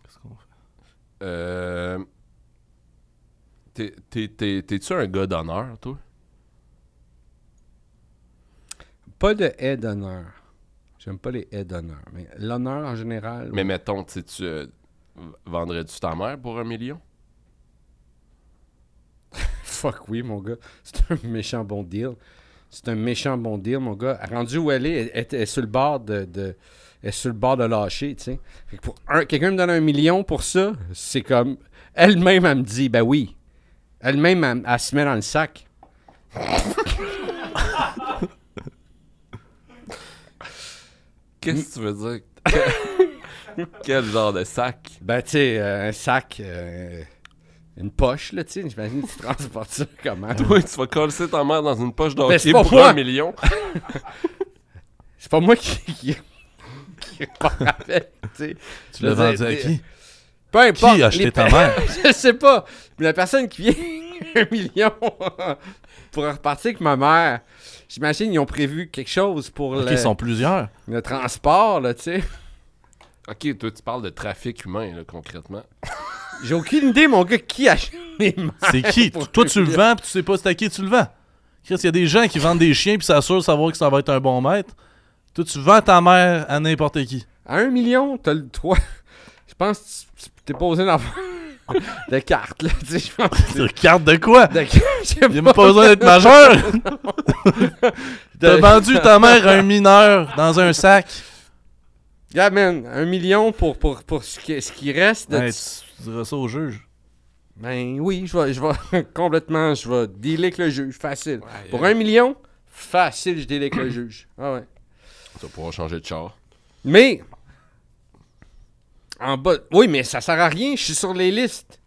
Qu'est-ce qu'on fait?
Euh. t'es- t'es- t'es- T'es-tu un gars d'honneur, toi
Pas de haie d'honneur. J'aime pas les haies d'honneur, mais l'honneur en général.
Mais mettons, tu sais, tu euh, v- vendrais-tu ta mère pour un million
Fuck oui, mon gars. C'est un méchant bon deal. C'est un méchant bon deal, mon gars. Rendu où elle est, elle, elle est sur le bord de, de- elle est sur le bord de lâcher, tu sais. Fait que pour un- quelqu'un me donne un million pour ça, c'est comme... Elle-même, elle me dit, ben oui. Elle-même, elle, elle se met dans le sac.
Qu'est-ce que tu veux dire Quel genre de sac
Ben, tu sais, euh, un sac, euh, une poche, là, tu sais. J'imagine que tu transportes ça comment.
Toi, tu vas coller ta mère dans une poche
Mais c'est
d'hockey
pas
pour
moi.
un million.
C'est pas moi qui. qui... qui part avec, tu sais.
Tu l'as
Je veux
vendu
dire,
à qui
Peu
Qui
importe.
a acheté
les
ta
pa-
mère
Je sais pas. Mais la personne qui vient un million pour repartir avec ma mère, j'imagine ils ont prévu quelque chose pour
Ok,
le,
ils sont plusieurs.
le transport, là, tu sais.
Ok, toi, tu parles de trafic humain, là, concrètement.
J'ai aucune idée, mon gars, qui achète les mères.
C'est qui
pour
Toi, tu le
lui.
vends, puis tu sais pas c'est à qui tu le vends. Chris, il y a des gens qui vendent des chiens, puis s'assurent de savoir que ça va être un bon maître. Toi, tu vends ta mère à n'importe qui.
À un million, t'as le trois. Je pense que tu- tu t'es posé dans de cartes, là, tu sais. Je pense que
Tu carte de quoi
de cartes, je sais
Il n'y a même pas besoin d'être majeur. T'as
De-
vendu ta mère à un mineur dans un sac.
Yeah, man, un million pour, pour, pour ce, qui, ce qui reste. De
Ouais, tu diras ça au juge.
Ben oui, je vais, je vais complètement, je vais dealer avec le juge, facile.
Ouais,
Pour
euh,
un million, facile, je deal avec le juge. Ah ouais.
Tu vas pouvoir changer de char.
Mais, en bas, oui, mais ça sert à rien, je suis sur les listes.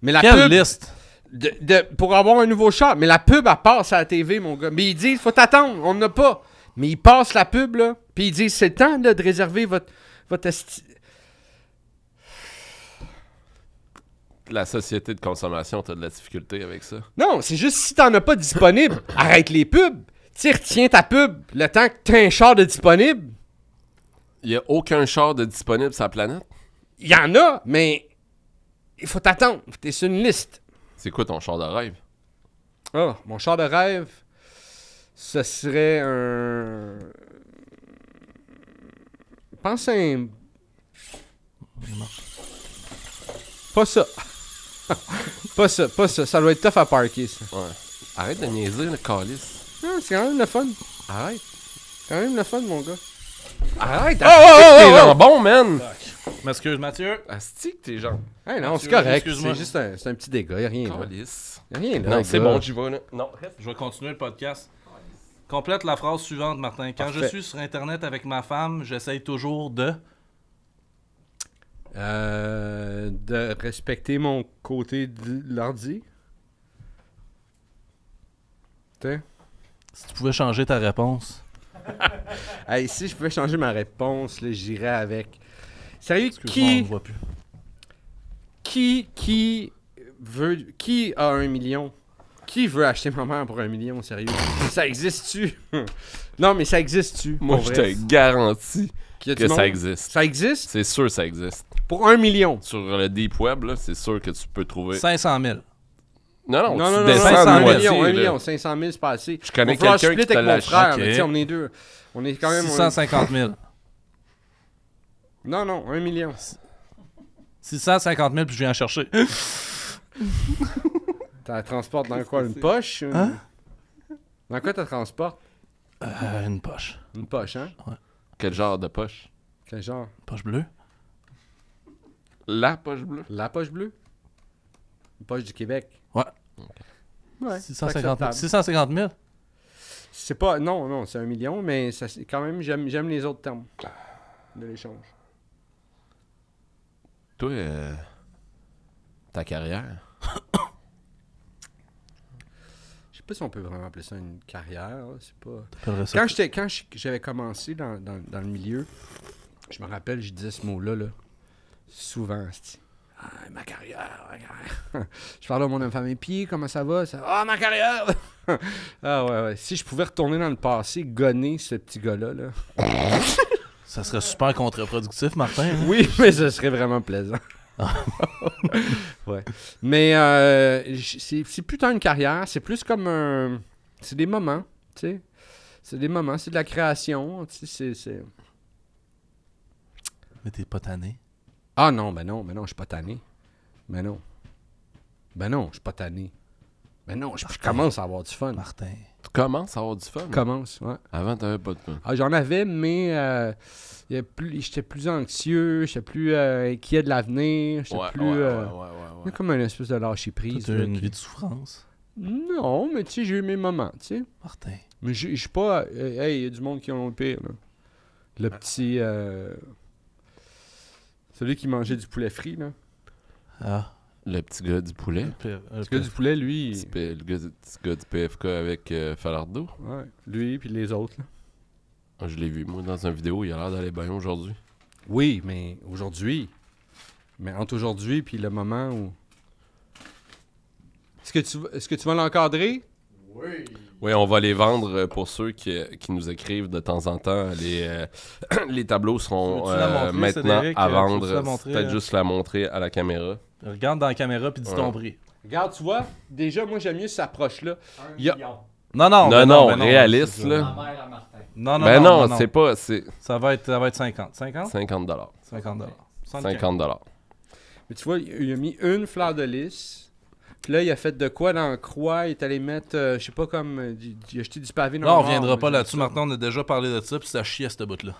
Mais la
Quelle
pub,
liste
de, de- pour avoir un nouveau char, mais la pub, elle passe à la TV, mon gars. Mais ils disent, faut t'attendre, on n'a pas. Mais ils passent la pub, là, puis ils disent, c'est le temps, là, de réserver votre... votre esti-
La société de consommation, t'as de la difficulté avec ça.
Non, c'est juste si t'en as pas disponible, arrête les pubs. Tu sais, retiens ta pub le temps que t'as un char de disponible.
Il y a aucun char de disponible sur la planète.
Il y en a, mais il faut t'attendre. T'es sur une liste.
C'est quoi ton char de rêve?
Ah, mon char de rêve, ce serait un. Pense à un. Pas ça. pas ça, pas ça. Ça doit être tough à parker, ça.
Ouais. Arrête de niaiser, le calice.
Ah, c'est quand même le fun.
Arrête.
Quand même le fun, mon gars. Arrête!
Oh, oh, oh,
t'es
oh,
dans-
oh! bon, man!
M'excuse, Mathieu.
Asti que t'es genre.
oh! Hey, non, c'est
Excuse-
correct.
excuse-moi.
C'est juste un, c'est un petit dégât, y'a rien. Là.
Calice.
Y a rien là.
Non, c'est
gars.
bon, j'y vais, là. Non, reste.
Je vais continuer le podcast. Complète la phrase suivante, Martin. Quand je
Parfait.
suis sur Internet avec ma femme, j'essaye toujours de.
Euh, de respecter mon côté de l'ordi. Tiens.
Si tu pouvais changer ta réponse.
Hey, si je pouvais changer ma réponse, là, j'irais avec. Sérieux,
Excuse-moi, on ne
qui,
voit plus.
qui, qui veut, qui a un million? Qui veut acheter ma mère pour un million, sérieux? Ça existe-tu? non, mais ça existe-tu?
Moi,
pour
je
vrai?
te garantis
Qu'il y a du
que
monde?
ça existe.
Ça existe?
C'est sûr que ça existe.
Pour un million.
Sur le deep web, là, c'est sûr que tu peux trouver.
500 000.
Non, non,
Non,
tu
non, non,
descends
500
de
000,
moitié.
un
là.
million, 500 000, c'est pas assez.
Je connais
Va falloir
quelqu'un
split
qui te
avec mon
l'a
frère,
acheté.
mais tu sais, on est deux. On est quand même... on est-
650 000.
Non, non, un million.
650 000, puis je viens en chercher.
T'as la transportes dans quoi, une poche? une-
Hein?
Dans quoi t'as transportes?
Euh, une poche.
Une poche, hein?
Quel genre de poche?
Quel genre?
Une poche bleue.
La poche bleue?
La poche bleue? Une poche du Québec.
Ouais.
Ouais, c'est
650 000.
acceptable.
650 000.
C'est pas... Non, non, c'est un million, mais ça, c'est quand même, j'aime j'aime les autres termes de l'échange.
Toi, euh, ta carrière?
Je sais pas si on peut vraiment appeler ça une carrière, là, c'est pas...
T'appellerais ça
Quand j'étais- quand j'- j'avais commencé dans, dans- dans le milieu, je me rappelle, je disais ce mot-là, là, souvent. c'ti. Ah, ma carrière, ma carrière. je parlais à mon homme famille, puis comment ça va? Ça- Ah, ma carrière! ah ouais, ouais. Si je pouvais retourner dans le passé, gonner ce petit gars-là, là.
Ça serait super contre-productif, Martin. hein.
Oui, mais ce serait vraiment plaisant. ouais. Mais euh, j- c'est c'est plus tant une carrière, c'est plus comme un. C'est des moments, tu sais. C'est des moments, c'est de la création, tu sais. c'est- C'est.
Mais t'es pas tanné.
Ah non, ben non, ben non, je suis pas tanné. Ben non. Ben non, je suis pas tanné. Ben non, je je commence à avoir du fun.
Martin.
Tu commences à avoir du fun.
Je commence, ouais.
Avant, t'avais pas de fun.
Ah, J'en avais, mais euh, il y a plus- j'étais plus anxieux, j'étais plus euh, inquiet de l'avenir, j'étais
Ouais,
plus...
ouais,
euh,
ouais, ouais, ouais,
il y
ouais.
a comme une espèce de
Toi,
lâcher-prise.
t'as
là,
eu une
qui-
vie de souffrance.
Non, mais tu sais, j'ai eu mes moments, tu sais.
Martin.
Mais je je suis pas... euh, hey, il y a du monde qui ont le pire, là. Le petit... euh, celui qui mangeait du poulet frit, là.
Ah.
Le petit gars du poulet.
pire, euh,
Parce que du poulet, lui...
Petit
il-
P- Le gars, petit gars du PFK avec euh, Falardeau. Ah,
Ouais, lui puis les autres. là.
Je l'ai vu, moi, dans une vidéo. Il a l'air d'aller bien aujourd'hui.
Oui, mais aujourd'hui. Mais entre aujourd'hui puis le moment où. Est-ce que tu, est-ce que tu vas l'encadrer?
Oui, on va les vendre euh, pour ceux qui, qui nous écrivent de temps en temps. Les, euh, les tableaux seront
Veux-tu la
euh,
montrer,
maintenant
Cédric?
à
Euh, veux-tu
vendre.
la montrer,
Peut-être
euh?
juste la montrer à la caméra.
Regarde dans la caméra puis dis ton prix.
Regarde, tu vois, déjà, moi, j'aime mieux cette approche-là. Il y a-
Non, non,
non,
ben
non,
ben
réaliste,
c'est ça.
là.
Non, non,
ben
non,
non,
non, non.
c'est pas... C'est
Ça va être, ça va être 50. 50?
50 dollars.
50 dollars.
50 dollars.
Mais tu vois, il il a mis une fleur de lys. Puis là, il a fait de quoi dans la croix? Il est allé mettre, euh, je sais pas, comme. euh, du- du- il a jeté du pavé dans
Là, on
le
reviendra
mort,
pas
mais-
là-dessus. Maintenant, on a déjà parlé de ça, puis ça chiait ce bout-là.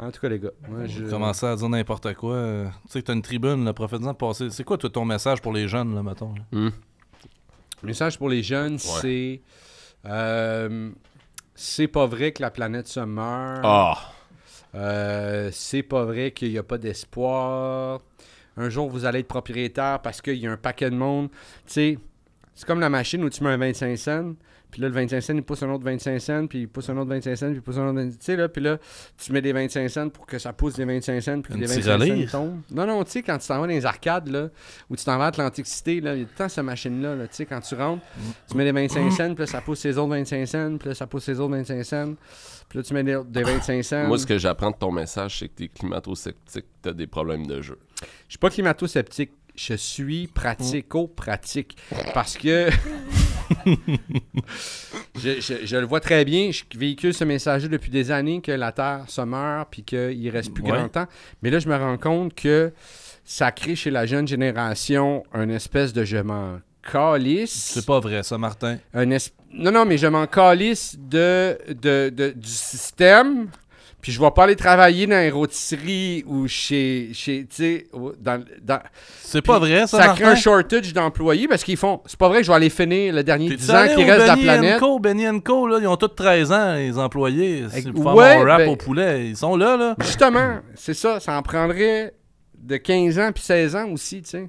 En tout cas, les gars, moi, je.
Commencer à dire n'importe quoi. euh, Tu sais que t'as une tribune, là, profite-en de passer. C'est quoi, toi, ton message pour les jeunes, là, mettons? là?
Message pour les jeunes, c'est. euh, c'est pas vrai que la planète se meurt.
Ah!
Euh, c'est pas vrai qu'il n'y a pas d'espoir. Un jour, vous allez être propriétaire parce qu'il y a un paquet de monde. Tu sais, c'est comme la machine où tu mets un 25 cents, puis là, le 25 cents, il pousse un autre 25 cents, puis il pousse un autre 25 cents, puis il pousse un autre 25 Tu sais, là, puis là, tu mets des 25 cents pour que ça pousse des 25 cents, puis que
Une
des 25
tirelire.
cents tombent. Non, non, tu sais, quand tu t'en vas dans les arcades, là, ou tu t'en vas à Atlantic City, là, il y a tout le temps cette machine-là, là, tu sais, quand tu rentres, tu mets des 25 cents, puis là, ça pousse les autres 25 cents, puis là, ça pousse les autres 25 cents, puis là, tu mets des des 25 cents.
Euh.
Moi, ce que j'apprends de ton message, c'est que t'es climato-sceptique, t'as des problèmes de jeu.
Je suis pas climato-sceptique. Je suis pratico-pratique. Parce que. je, je- je le vois très bien. Je véhicule ce message depuis des années que la Terre se meurt puis qu'il reste plus
Ouais.
grand temps. Mais là, je me rends compte que ça crée chez la jeune génération un espèce de je m'en calisse.
C'est pas vrai, ça, Martin.
Un es- Non, non, mais je m'en calisse de, de- de- du système. Puis je vais pas aller travailler dans les rôtisseries ou chez. chez tu sais, au- dans- dans,
C'est pas vrai, ça,
ça crée
Martin?
un shortage d'employés parce qu'ils font. C'est pas vrai que je vais aller finir le dernier
T'es
10 ans qui reste de la planète.
Co, Benny and Co, là, ils ont tous 13 ans, les employés. C'est
Ec-
pour faire
ouais,
mon rap
ben-
au poulet. Ils sont là, là.
Justement, c'est ça. Ça en prendrait de 15 ans puis 16 ans aussi, tu sais.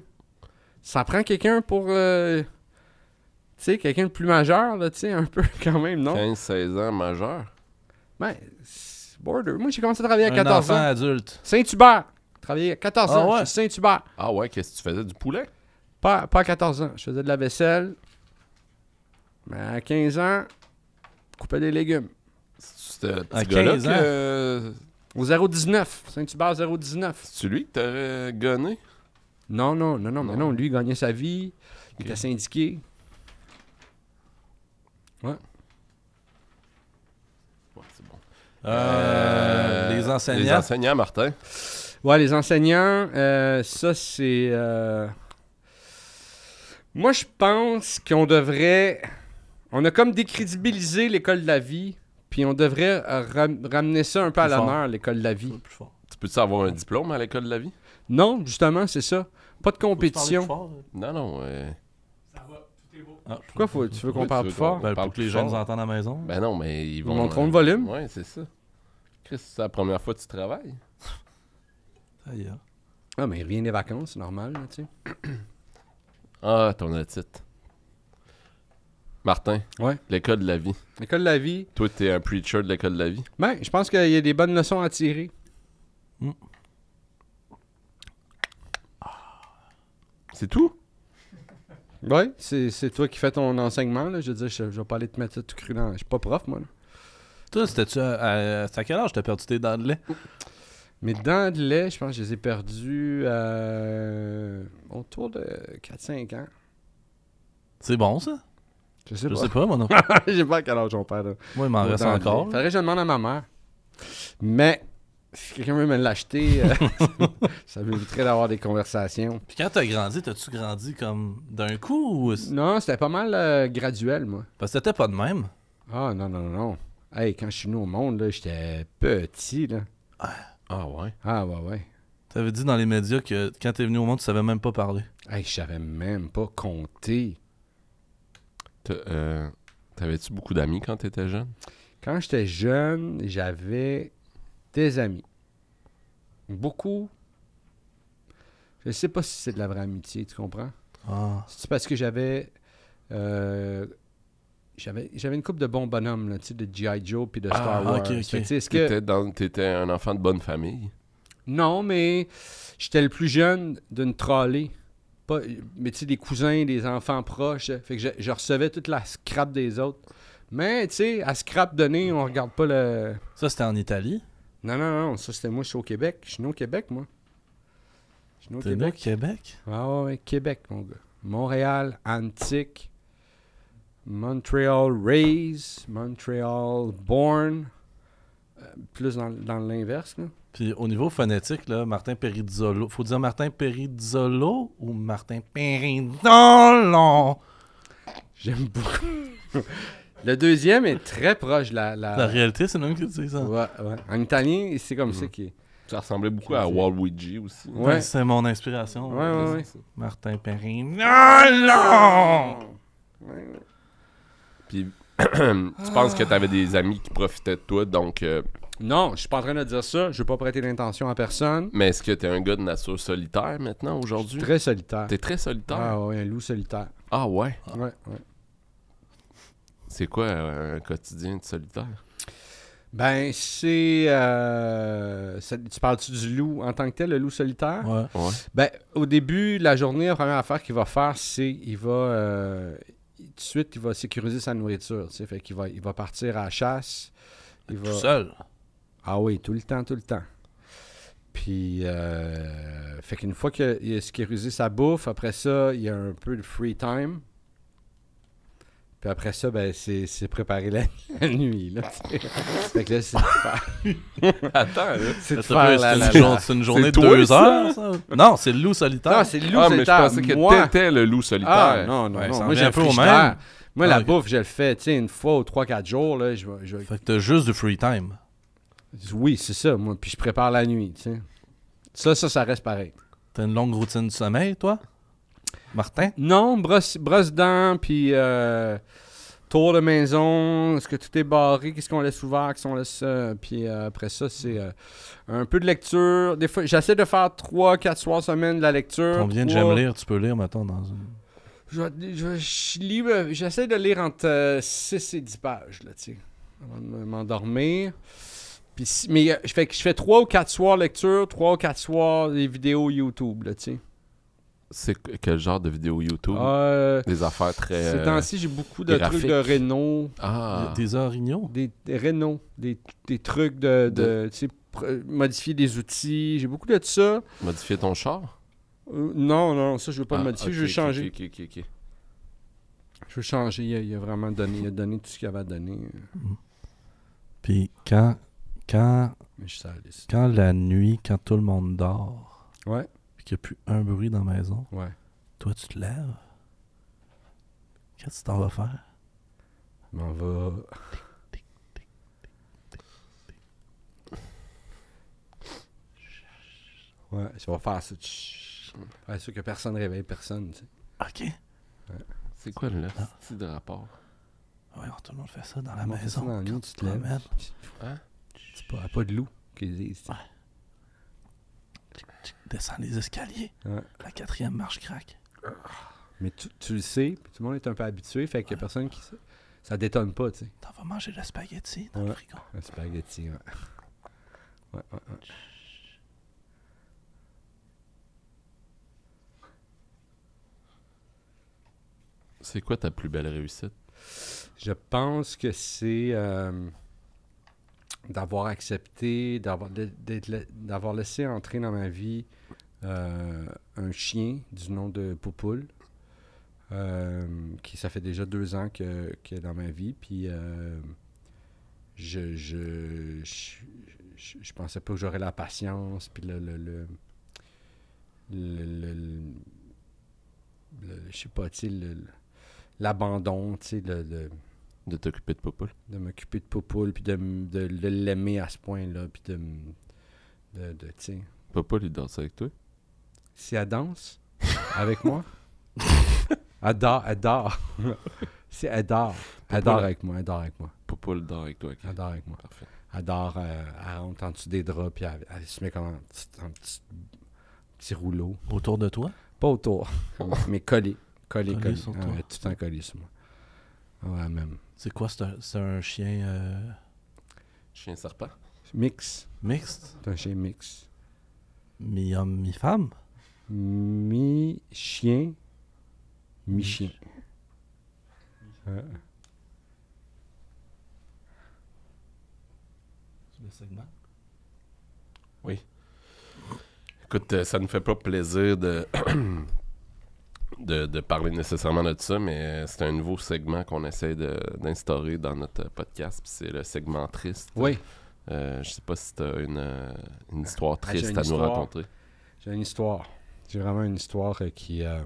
Ça prend quelqu'un pour. euh, tu sais, quelqu'un de plus majeur, là, tu sais, un peu quand même, non?
15-16 ans, majeur.
Ben, c'est border. Moi, j'ai commencé à travailler à
Un
14
enfant
ans.
adulte.
Saint-Hubert. Travaillé à 14
Ah
ans.
ouais?
chez Saint-Hubert.
Ah ouais, qu'est-ce que tu faisais? Du poulet?
Pas, pas à 14 ans. Je faisais de la vaisselle. Mais à 15 ans, coupais des légumes.
C'était le
À
petit gars-là
15 ans.
que...
Au 019. Saint-Hubert 019.
C'est-tu lui que t'aurais gonné?
Non, non, non, non, mais non, lui, il gagnait sa vie. Il
Ok.
était syndiqué.
Ouais, c'est bon.
Euh, les enseignants.
Les enseignants, Martin.
Ouais, les enseignants, euh, ça, c'est. euh, Moi, je pense qu'on devrait. On a comme décrédibilisé l'école de la vie, puis on devrait euh, ram- ramener ça un peu à
Plus fort.
l'honneur, l'école de la vie.
Plus fort.
Tu peux-tu avoir un diplôme à l'école de la vie?
Non, justement, c'est ça. Pas de
Peux-tu parler plus
compétition.
fort,
Non, non. euh,
là? Ah,
Pourquoi faut, tu veux qu'on
Oui,
parle
tu
plus
veux
fort?
qu'on-
Ben,
Parle
pour que les
plus
jeunes
fort.
entendent à la maison.
Ben non, mais ils vont.
montreront le
euh,
volume.
Ouais, c'est ça. Chris, c'est la première fois que tu travailles.
Aïe, hein.
Ah, mais il revient des vacances, c'est normal, là, tu sais.
Ah, ton attitude. Martin.
Ouais.
L'école de la vie.
L'école de la vie,
Toi, t'es un preacher de l'école de la vie.
Ben, je pense qu'il y a des bonnes leçons à tirer.
C'est tout?
Ouais, c'est c'est toi qui fais ton enseignement. Là. Je veux dire, je, je vais pas aller te mettre ça tout cru dans. Je suis pas prof, moi. là.
Toi, c'était-tu à, à- c'est à quel âge t'as perdu tes dents de lait?
Mes dents de lait, je pense que je les ai perdues euh, autour de 4-5 ans.
C'est bon, ça?
Je sais
Je
pas.
sais pas, moi non.
Je sais pas à quel âge on perd. là.
Moi, il m'en
Mes
reste
dents de lait.
encore.
Faudrait que je demande à ma mère. Mais si quelqu'un veut me l'acheter, euh, ça m'éviterait d'avoir des conversations.
Puis quand t'as grandi, t'as-tu grandi comme d'un coup? Ou... c'est-
Non, c'était pas mal euh, graduel, moi.
Parce que t'étais pas de même.
Ah, non, non, non, non. Hey, quand je suis venu au monde, là, j'étais petit, là.
Ah ouais.
Ah, ouais, ouais.
T'avais dit dans les médias que quand t'es venu au monde, tu savais même pas parler.
Hey, je savais même pas compter.
T'as, euh, T'avais-tu beaucoup d'amis quand t'étais jeune?
Quand j'étais jeune, j'avais des amis. Beaucoup. Je sais pas si c'est de la vraie amitié, tu comprends?
Ah.
C'est parce que j'avais. euh, J'avais j'avais une coupe de bons bonhommes, là, tu sais, de G.I. Joe puis de
Ah,
Star Wars.
ok, ok.
Fait que, tu sais, est-ce que-
T'étais, dans- t'étais un enfant de bonne famille.
Non, mais j'étais le plus jeune d'une trollée. Pas, mais tu sais, des cousins, des enfants proches. Fait que je, je recevais toute la scrap des autres. Mais tu sais, à scrap donné, on regarde pas le.
Ça, c'était en Italie.
Non, non, non, ça c'était moi, je suis au Québec. Je suis né au Québec, moi. Je suis né au
T'es né au
Québec.
Québec?
Ah ouais, ouais, Québec, mon gars. Montréal, Antique. Montréal Rays, Montréal Born. Euh, plus dans, dans l'inverse, là.
Puis au niveau phonétique, là, Martin Perizzolo. Faut dire Martin Perizzolo ou Martin
Ah.
Perizzolo?
J'aime beaucoup. Le deuxième est très proche de la. la-
La réalité, c'est le même qui dit ça.
Ouais, ouais. En italien, c'est comme ça qui est.
Ça ressemblait beaucoup à Waluigi aussi.
Ouais.
C'est mon inspiration.
Ouais, ouais, ouais.
Martin Perizzolo!
Puis tu penses que t'avais des amis qui profitaient de toi, donc. euh,
Non, je suis pas en train de dire ça. Je vais pas prêter d'intention à personne.
mais est-ce que t'es un gars de nature solitaire maintenant, aujourd'hui
Très solitaire.
T'es très solitaire.
Ah ouais, un loup solitaire.
Ah ouais.
Ouais, ouais.
C'est quoi euh, un quotidien de solitaire
Ben, c'est. euh, ça- Tu parles-tu du loup en tant que tel, le loup solitaire?
Ouais.
Ouais.
Ben, au début de la journée, la première affaire qu'il va faire, c'est il va euh, tout de suite, il va sécuriser sa nourriture. tu sais. Fait qu'il va, il va partir à la chasse. Il va...
Tout seul.
Ah oui, tout le temps, tout le temps. Puis, euh, fait qu'une fois qu'il a sécurisé sa bouffe, après ça, il y a un peu de free time. Puis après ça, ben, c'est c'est préparer la, la nuit. Là, tu sais. fait que là, c'est de faire-
Attends, là.
c'est de
Ça peut
faire
être
la- la-
une
la-
jour- C'est une journée de
toi,
deux
ça?
heures, ça? Non, c'est le loup solitaire.
Non, c'est le loup,
ah, mais je
solitaire.
pensais que
Moi-
t'étais le loup solitaire.
Ah, non, non,
Ouais,
non.
ça
Moi,
revient
j'ai
un
un
peu au
frigidaire.
même.
Moi,
Ah,
la
ok.
bouffe, je le fais, tu sais, une fois ou trois, quatre jours, là, je vais... je vais-
Fait que t'as juste du free time.
Oui, c'est ça, moi, puis je prépare la nuit, tu sais. Ça, ça, ça reste pareil.
T'as une longue routine de sommeil, toi? Martin?
Non, brosse, brosse dents, puis euh, tour de maison, est-ce que tout est barré, qu'est-ce qu'on laisse ouvert, qu'est-ce qu'on laisse... euh, puis euh, après ça, c'est euh, un peu de lecture. Des fois, j'essaie de faire trois, quatre soirs semaine de la lecture.
Combien de
Trois-
j'aime lire, tu peux lire, mettons, dans une...
Je vais- je vais- je lis, euh, J'essaie de lire entre euh, 6 et 10 pages, là, tu sais, avant de me- m'endormir. Puis, si- mais euh, je fais, que je fais 3 ou 4 soirs lecture, 3 ou 4 soirs des vidéos YouTube, là, tu sais.
C'est que- quel genre de vidéo YouTube
Euh,
Des affaires très.
ces
euh,
temps-ci, j'ai beaucoup de
graphique.
trucs de réno,
Ah.
Des orignaux?
des, des réno, des, des trucs de, de, tu sais, pr- modifier des outils. J'ai beaucoup de ça.
Modifier ton char
Euh, non, non, ça, je veux pas le
Ah,
modifier,
ok,
je veux
ok,
changer.
ok, ok, ok.
Je veux changer, il a, il a vraiment donné, il a donné tout ce qu'il avait à donner. euh,
Puis quand, quand,
Mais je suis sale, ici.
quand la nuit, quand tout le monde dort,
Ouais,
puis qu'il n'y a plus un bruit dans la maison,
ouais.
toi, tu te lèves? Qu'est-ce que tu t'en vas faire?
m'en va. Ouais, ça va faire ça. tch. Faire sûr que personne réveille personne. tu sais.
OK.
C'est quoi le petit de rapport
Ouais, tout le monde fait ça dans la
On fait ça
maison.
dans la nuit,
quand
tu
tu
te
te
lèves.
promènes.
C'est pas, pas de loup qu'ils disent.
Ah.
tu sais.
Tu descends les escaliers.
Ouais.
La quatrième marche craque.
Mais tu, tu le sais, puis tout le monde est un peu habitué, fait qu'il y a personne qui. sait. Ça détonne pas, tu sais.
T'en vas manger le spaghetti dans le
Ouais.
frigo.
Un spaghetti, ouais. Ouais, ouais, ouais.
C'est quoi ta plus belle réussite
Je pense que c'est euh, d'avoir accepté, d'avoir de- d'être la- d'avoir laissé entrer dans ma vie euh, un chien du nom de Poupoule, euh, qui ça fait déjà deux ans que, qu'il est dans ma vie. Puis euh, je, je, je, je- je pensais pas que j'aurais la patience, puis le. le, le- le- le- le- le- je sais pas, tu sais, le- le- l'abandon, tu sais, le- le
de t'occuper de Popoule
de m'occuper de Poupoule, puis de, m- de, de l'aimer à ce point-là, puis de, m- de, de tu sais.
Popoule, il danse avec toi
Si elle danse avec moi, elle dort, elle dort. si elle dort, elle dort avec moi, elle dort avec moi,
Popoule dort avec toi, ok.
elle dort avec moi.
Parfait.
Elle dort, euh, elle rentre en dessous des draps, puis elle, elle se met comme en petit, en petit, petit rouleau.
Autour de toi?
Pas autour, mais collé, collé,
Collé
collé.
sur
Ah
toi.
ouais, tout le temps collé sur moi. Ouais, même.
C'est quoi, c'est un, c'est un chien euh,
Chien serpent.
Mix.
mixte?
C'est un chien mix.
Mi-homme, mi-femme?
Mi-chien. Mi-chien. Euh,
Le segment.
Écoute, euh, ça ne fait pas plaisir de, de, de parler nécessairement de ça, mais euh, c'est un nouveau segment qu'on essaie de- d'instaurer dans notre podcast, puis c'est le segment triste.
Oui,
Euh, je sais pas si tu as une, euh, une histoire
Ah, j'ai
triste
une
à
histoire.
nous raconter.
j'ai une histoire. J'ai vraiment une histoire euh, qui, euh,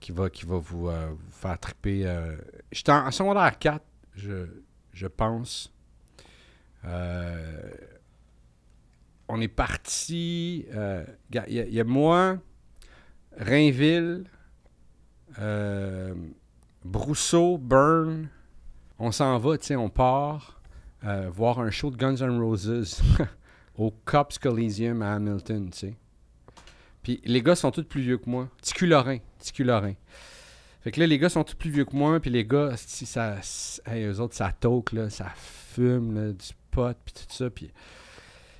qui, va, qui va vous, euh, vous faire triper. euh. J'étais en, en secondaire 4, je, je pense. Euh, on est parti. euh, ga- Il y, a- il y a moi, Rainville, euh, Brousseau, Byrne. On s'en va, tu sais, on part euh, voir un show de Guns N' Roses au Cops Coliseum à Hamilton, tu sais. Puis les gars sont tous plus vieux que moi. Ticu Lorrain, Ticu Lorrain. Fait que là, les gars sont tous plus vieux que moi, puis les gars, si ça, s- hey, eux autres, ça toque, là, ça fume, là, du pot, puis tout ça, puis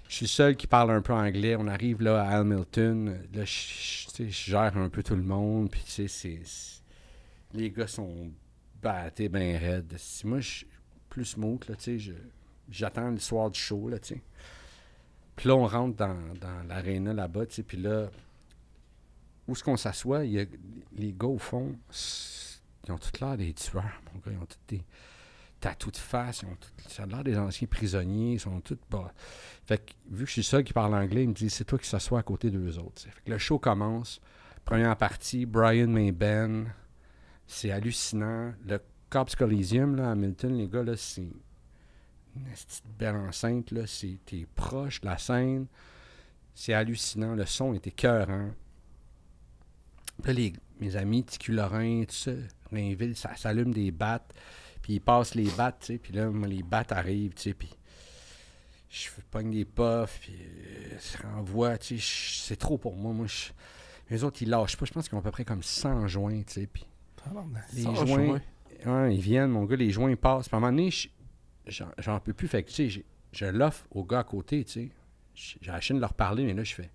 je suis le seul qui parle un peu anglais. On arrive là à Hamilton, là, je- je tu sais, je gère un peu tout le monde, puis tu sais, c'est- c'est- les gars sont battés ben raides. Si moi, je suis plus smooth, là, tu sais, je- j'attends le soir du show, là, tu sais. Puis là, on rentre dans, dans l'aréna là-bas, tu sais, puis là, où est-ce qu'on s'assoit, il y a- les gars au fond, s- ils ont tous l'air des tueurs, mon gars. Ils ont tous des tatous de face, ils ont tous- ça a l'air des anciens prisonniers, ils sont tous... bas. Fait que, vu que je suis seul qui parle anglais, ils me disent, c'est toi qui s'assois à côté d'eux autres. tu sais. Fait que le show commence, première partie, Brian Mayben, c'est hallucinant. Le Cops Coliseum, là, à Hamilton, les gars, là, c'est une petite belle enceinte, là, c'est t'es proche de la scène. C'est hallucinant, le son était écœurant. Puis là, les- mes amis, Ticu Lorrain, tout ça, Rainville, ça s'allume des battes. Puis ils passent les battes, tu sais. Puis là, moi, les battes arrivent, tu sais. Puis je pogne des puffs, puis euh, ça renvoie, tu sais. je- C'est trop pour moi. Moi, je- les autres, ils lâchent pas. Je pense qu'ils ont à peu près comme 100 joints, tu sais. Puis les
Ça,
joints,
je vois.
ouais, ils viennent, mon gars, les joints ils passent. Puis à un moment donné, je- j'en j'en peux plus. Fait que, tu sais, j'ai- je l'offre aux gars à côté, tu sais. J- J'ai la chaîne de leur parler, mais là, je fais.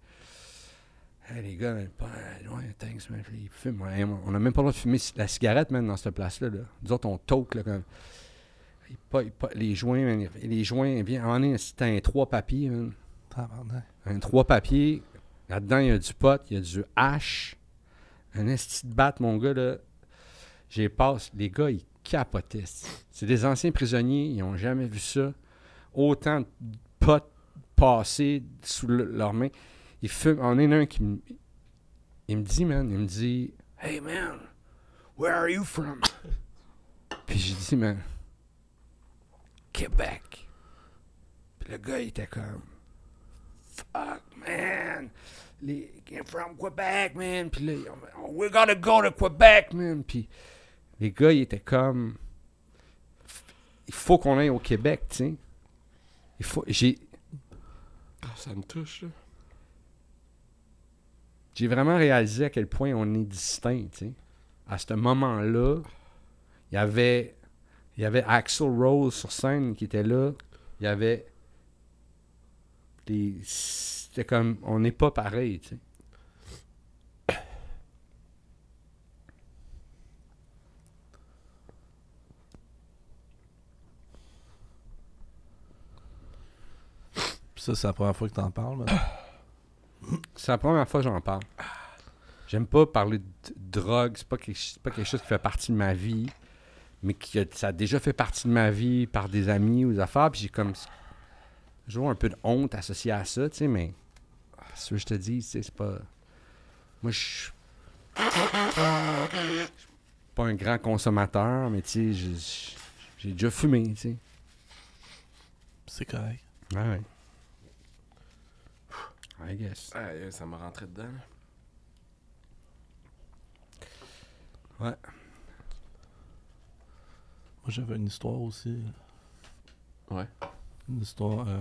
Hey, les gars, pas loin, thanks, man. Puis Ils fument. Ouais, on a même pas le droit de fumer la cigarette, man, dans cette place-là. Là. Nous autres, on toque, là, comme. Ils pa- ils pa- les joints, man, ils- les joints, viens, on est, c'était un trois papiers, man.
Tabarnak.
Un trois papiers. Là-dedans, il y a du pot, il y a du hache. Un esti de batte, mon gars, là. J'ai passe. Les gars, ils capotaient. esti. C'est des anciens prisonniers, ils n'ont jamais vu ça. Autant de potes passés sous le- leurs mains. Ils fument. On est un qui me. Il me dit, man, il me dit Hey man, where are you from? Puis j'ai dit, man, Québec. Puis le gars, il était comme fuck, man. Les, I'm from Quebec, man. Puis là, on- on- we're gonna go to Quebec, man. Puis les gars, ils étaient comme, il faut qu'on aille au Québec, tu sais. Il faut, j'ai,
Ah, ça me touche.
j'ai vraiment réalisé à quel point on est distinct, tu sais. À ce moment-là, il y avait, il y avait Axel Rose sur scène qui était là. Il y avait, les, c'était comme, on n'est pas pareil, tu sais.
Puis ça, c'est la première fois que t'en parles. mais-
C'est la première fois que j'en parle. J'aime pas parler de de drogue, c'est pas, quelque- c'est pas quelque chose qui fait partie de ma vie, mais qui a- ça a déjà fait partie de ma vie par des amis ou des affaires, puis j'ai comme toujours un peu de honte associée à ça, tu sais, mais ce que je te dis, tu sais, c'est pas... Moi, je suis je suis pas un grand consommateur, mais tu sais, je- je- j'ai déjà fumé, tu sais.
C'est correct.
Ah ouais. I guess.
Ah, euh, ça m'a rentré dedans. là.
Moi, j'avais une histoire aussi.
Ouais.
Une histoire. euh,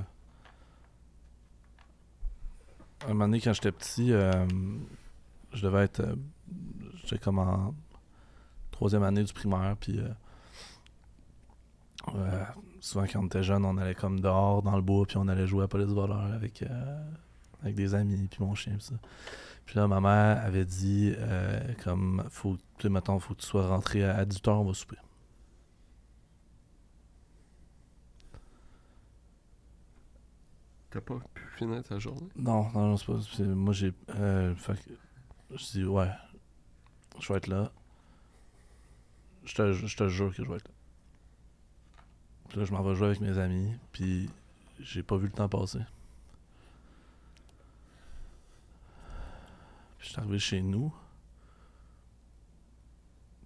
À un moment donné, quand j'étais petit, euh, je devais être. euh, J'étais comme en troisième année du primaire, puis euh, euh, souvent, quand on était jeune, on allait comme dehors, dans le bois, puis on allait jouer à police-voleur avec, euh, avec des amis, puis mon chien, puis ça. Puis là, ma mère avait dit, euh, comme, faut, tu sais, mettons, faut que tu sois rentré à, à 18h, on va souper.
T'as pas pu finir ta journée?
Non, non, non, c'est pas. c'est- moi, j'ai. euh, fait que je dis, ouais, je vais être là. Je te, je te jure que je vais être là. Puis là, je m'en vais jouer avec mes amis, puis j'ai pas vu le temps passer. Puis je suis arrivé chez nous,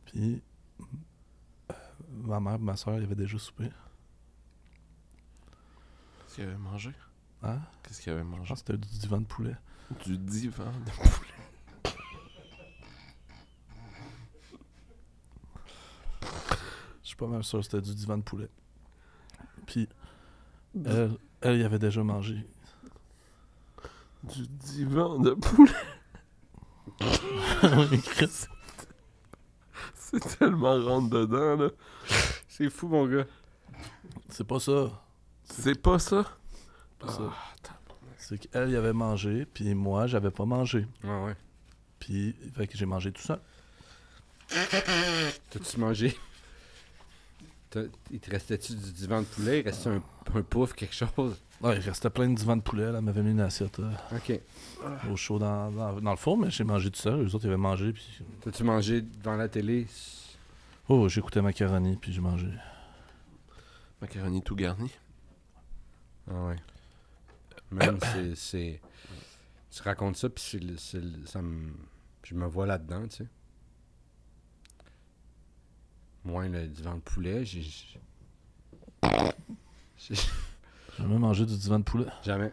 puis euh, ma mère et ma soeur, ils avaient déjà soupé.
Qu'est-ce qu'il avait mangé?
Hein?
Qu'est-ce qu'il avait
Je
mangé?
pense que c'était du divan de poulet.
Du divan de poulet.
Je suis pas mal sûr, c'était du divan de poulet. Puis, elle, elle y avait déjà mangé.
Du divan de poulet.
Chris.
C'est tellement rentre dedans, là.
C'est fou, mon gars.
C'est pas ça.
C'est pas ça? Ah.
pas ça. C'est qu'elle y avait mangé, puis moi, j'avais pas mangé.
Ah Ouais, ouais.
Puis, fait que j'ai mangé tout seul.
T'as-tu mangé? T'as- Il te restait-tu du divan de poulet? Il restait un, un pouf, quelque chose?
Non, il restait plein de divans de poulet, là. Elle m'avait mis une assiette euh,
OK.
au chaud dans, dans, dans le four, mais j'ai mangé tout seul. Les autres, ils avaient mangé, puis.
T'as-tu mangé devant la télé?
Oh, j'écoutais macaroni, puis j'ai mangé.
Macaroni tout garni.
Ah ouais. Même, c'est- c'est... Tu racontes ça, puis c'est le- c'est le- ça me... Je me vois là-dedans, tu sais. Moins le divan de poulet, j'ai... j'ai- j'ai-
J'ai jamais mangé du divan de poulet.
Jamais.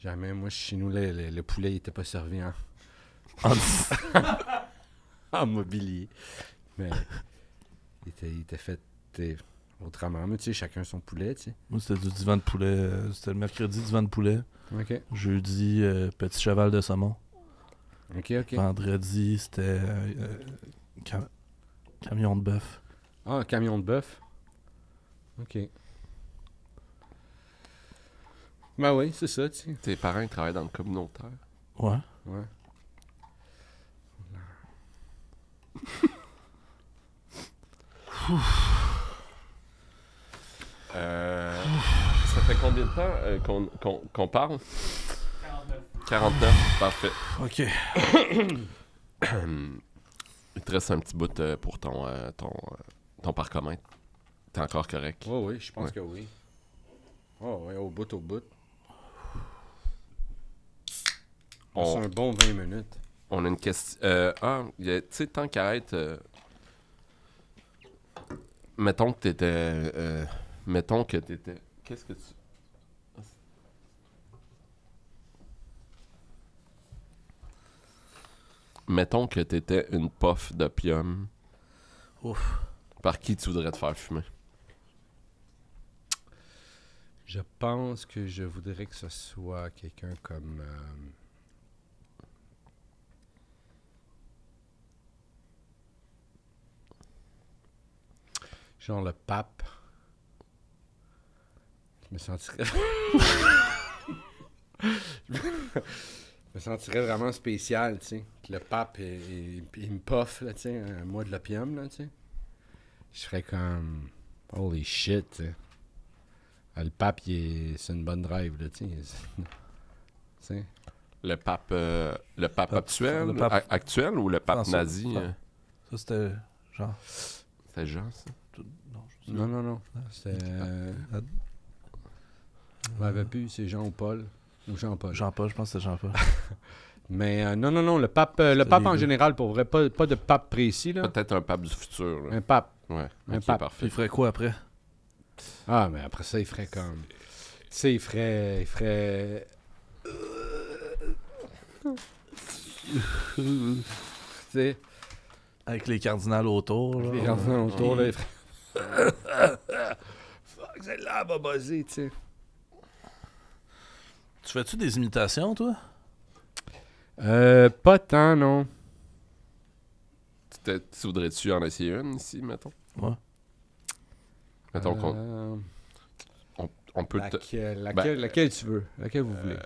Jamais. Moi, chez nous, le, le- le poulet, il était pas servi hein. en,
En-
en mobilier. Mais il était, il était fait t'sais, autrement. Mais tu sais, chacun son poulet, tu sais.
moi, c'était du divan de poulet. euh, C'était le mercredi, divan de poulet.
OK.
Jeudi, euh, petit cheval de saumon.
OK, OK.
Vendredi, c'était euh, euh, cam- camion de bœuf.
Ah, un camion de bœuf. OK. Ben oui, c'est ça, tu sais.
Tes parents ils travaillent dans le communautaire.
Ouais.
Ouais.
Euh, ça fait combien de temps euh, qu'on qu'on- qu'on parle? 49. 49, parfait.
Ok.
Il te reste un petit bout euh, pour ton, euh, ton, euh, ton parcomètre. T'es encore correct.
Oh oui, je pense
Ouais.
que oui. Oh oui, au bout, au bout.
On-
C'est un bon 20 minutes.
On a une question. Euh, ah, il y a- tu sais, tant qu'à être. euh, Mettons que t'étais. euh, Mettons que t'étais. Qu'est-ce que tu. Mettons que t'étais une pof d'opium.
Ouf.
Par qui tu voudrais te faire fumer
Je pense que je voudrais que ce soit quelqu'un comme. euh, Genre le pape. Je me sentirais. je me sentirais vraiment spécial, tu sais. que Le pape, il, il- il me puff, là, tu sais. un mois de l'opium, là, tu sais. Je serais comme. Holy shit, tu sais. Ah, le pape, il est- c'est une bonne drive, là, tu sais. Tu sais.
Le pape. euh, le pape,
Pape-
actuel
le pape-
a- actuel ou le pape
François.
nazi
Ah.
euh,
Ça, c'était genre.
C'est Jean, ça
tout- Non, je sais
Non, non, non. ah.
Ah,
C'était.
pas. Euh,
on avait pu, c'est Jean-Paul. Ou Jean-Paul.
Jean-Paul, je pense que c'était Jean-Paul.
Mais euh, non, non, non, le pape, euh, le
C'était
pape
les
en
deux.
général, pour vrai, pas, pas de pape précis, là.
Peut-être un pape du futur. là.
Un pape.
Ouais,
Un
ok,
pape.
Puis
parfait.
il ferait quoi après
Ah, mais après ça, il ferait comme. Tu sais, il ferait. Il ferait. tu sais,
Avec les cardinals autour.
les
genre.
gens autour, là, il ferait. Fuck, celle-là elle va buzzer, tu sais.
Tu fais-tu des imitations, toi
Euh, pas tant, non.
Tu te- tu voudrais-tu en essayer une ici, mettons
Ouais.
Mettons qu'on
Euh,
on, on peut. te- Ben,
laquelle, laquelle- laquelle tu veux Laquelle vous voulez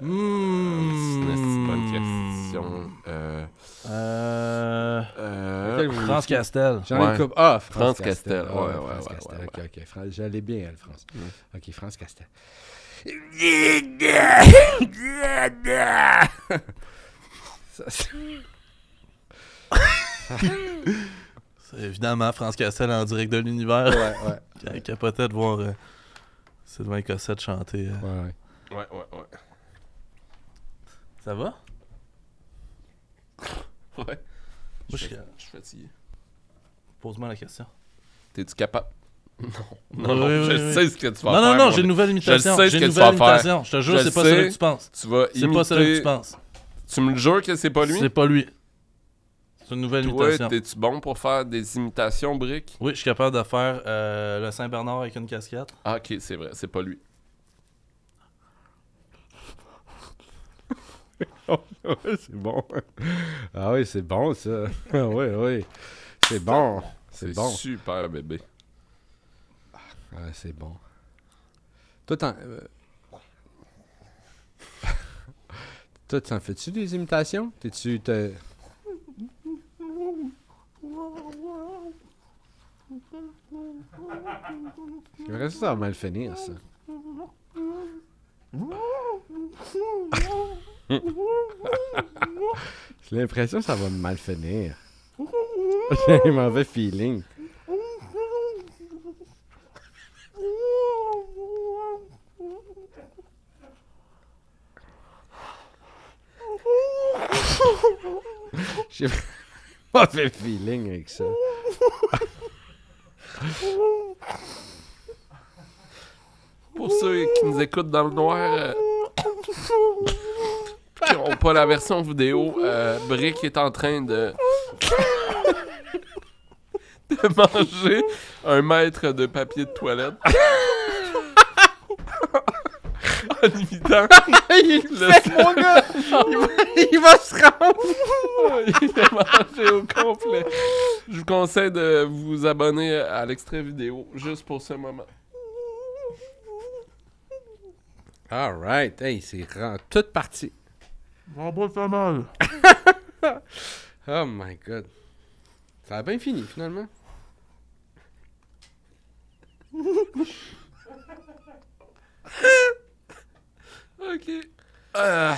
Mmh. C'est une bonne
Hmm.
question. Euh,
Euh,
euh,
Laquelle vous
France
voulez?
Castel.
J'en ai
Ouais.
une coupe. Ah,
France
France Castel.
Castel. Ouais,
Ah,
ouais,
France
ouais,
Castel.
ouais, Mm.
Ok, ok. Fran- J'allais bien, elle, France. Ok, France Castel. Ça, c'est-
C'est Évidemment, France Castel en direct de l'univers.
ouais, ouais.
Qui capotait de voir euh, Sylvain Cossette chanter. euh.
ouais, ouais.
Ouais, ouais, ouais.
Ça va?
Ouais.
Moi,
je,
je-
suis- je suis fatigué.
Pose-moi la question.
T'es-tu capable? Non. Non,
Oui,
non, je
oui, oui.
sais ce que tu vas
non,
faire.
non, non,
mon
j'ai une
ami.
nouvelle imitation.
sais ce
J'ai une
que tu
nouvelle
vas faire.
imitation. Je te jure,
Je
c'est pas
le
celle que
sais.
tu penses.
Tu vas
C'est pas celle que tu
imiter...
penses.
Tu me jures que c'est pas lui?
C'est pas lui. C'est une nouvelle
Toi,
imitation.
t'es-tu bon pour faire des imitations, Brick?
Oui, je suis capable de faire euh, le Saint-Bernard avec une casquette.
Ah, ok, c'est vrai, c'est pas lui.
Ouais, c'est bon. Ah oui, c'est bon, ça. Ah oui, oui. C'est bon. C'est
C'est
bon.
super, bébé.
Ah, c'est bon. Toi, t'en... euh, Toi, t'en fais-tu des imitations? T'es-tu... t'es- J'aimerais ça, ça va mal finir, ça. J'ai l'impression que ça va mal finir. J'ai un mauvais feeling. J'ai pas fait feeling avec ça.
Pour ceux qui nous écoutent dans le noir, euh, qui n'ont pas la version vidéo, euh, Brick est en train de... de manger un mètre de papier de toilette. en imitant...
Il
le-
mon gars! Il va, il va se rendre!
Il a mangé au complet. Je vous conseille de vous abonner à l'extrait vidéo, juste pour ce moment.
Alright, hey, c'est rend- toute partie. Oh my god. Ça a bien fini finalement.
Ok. Euh,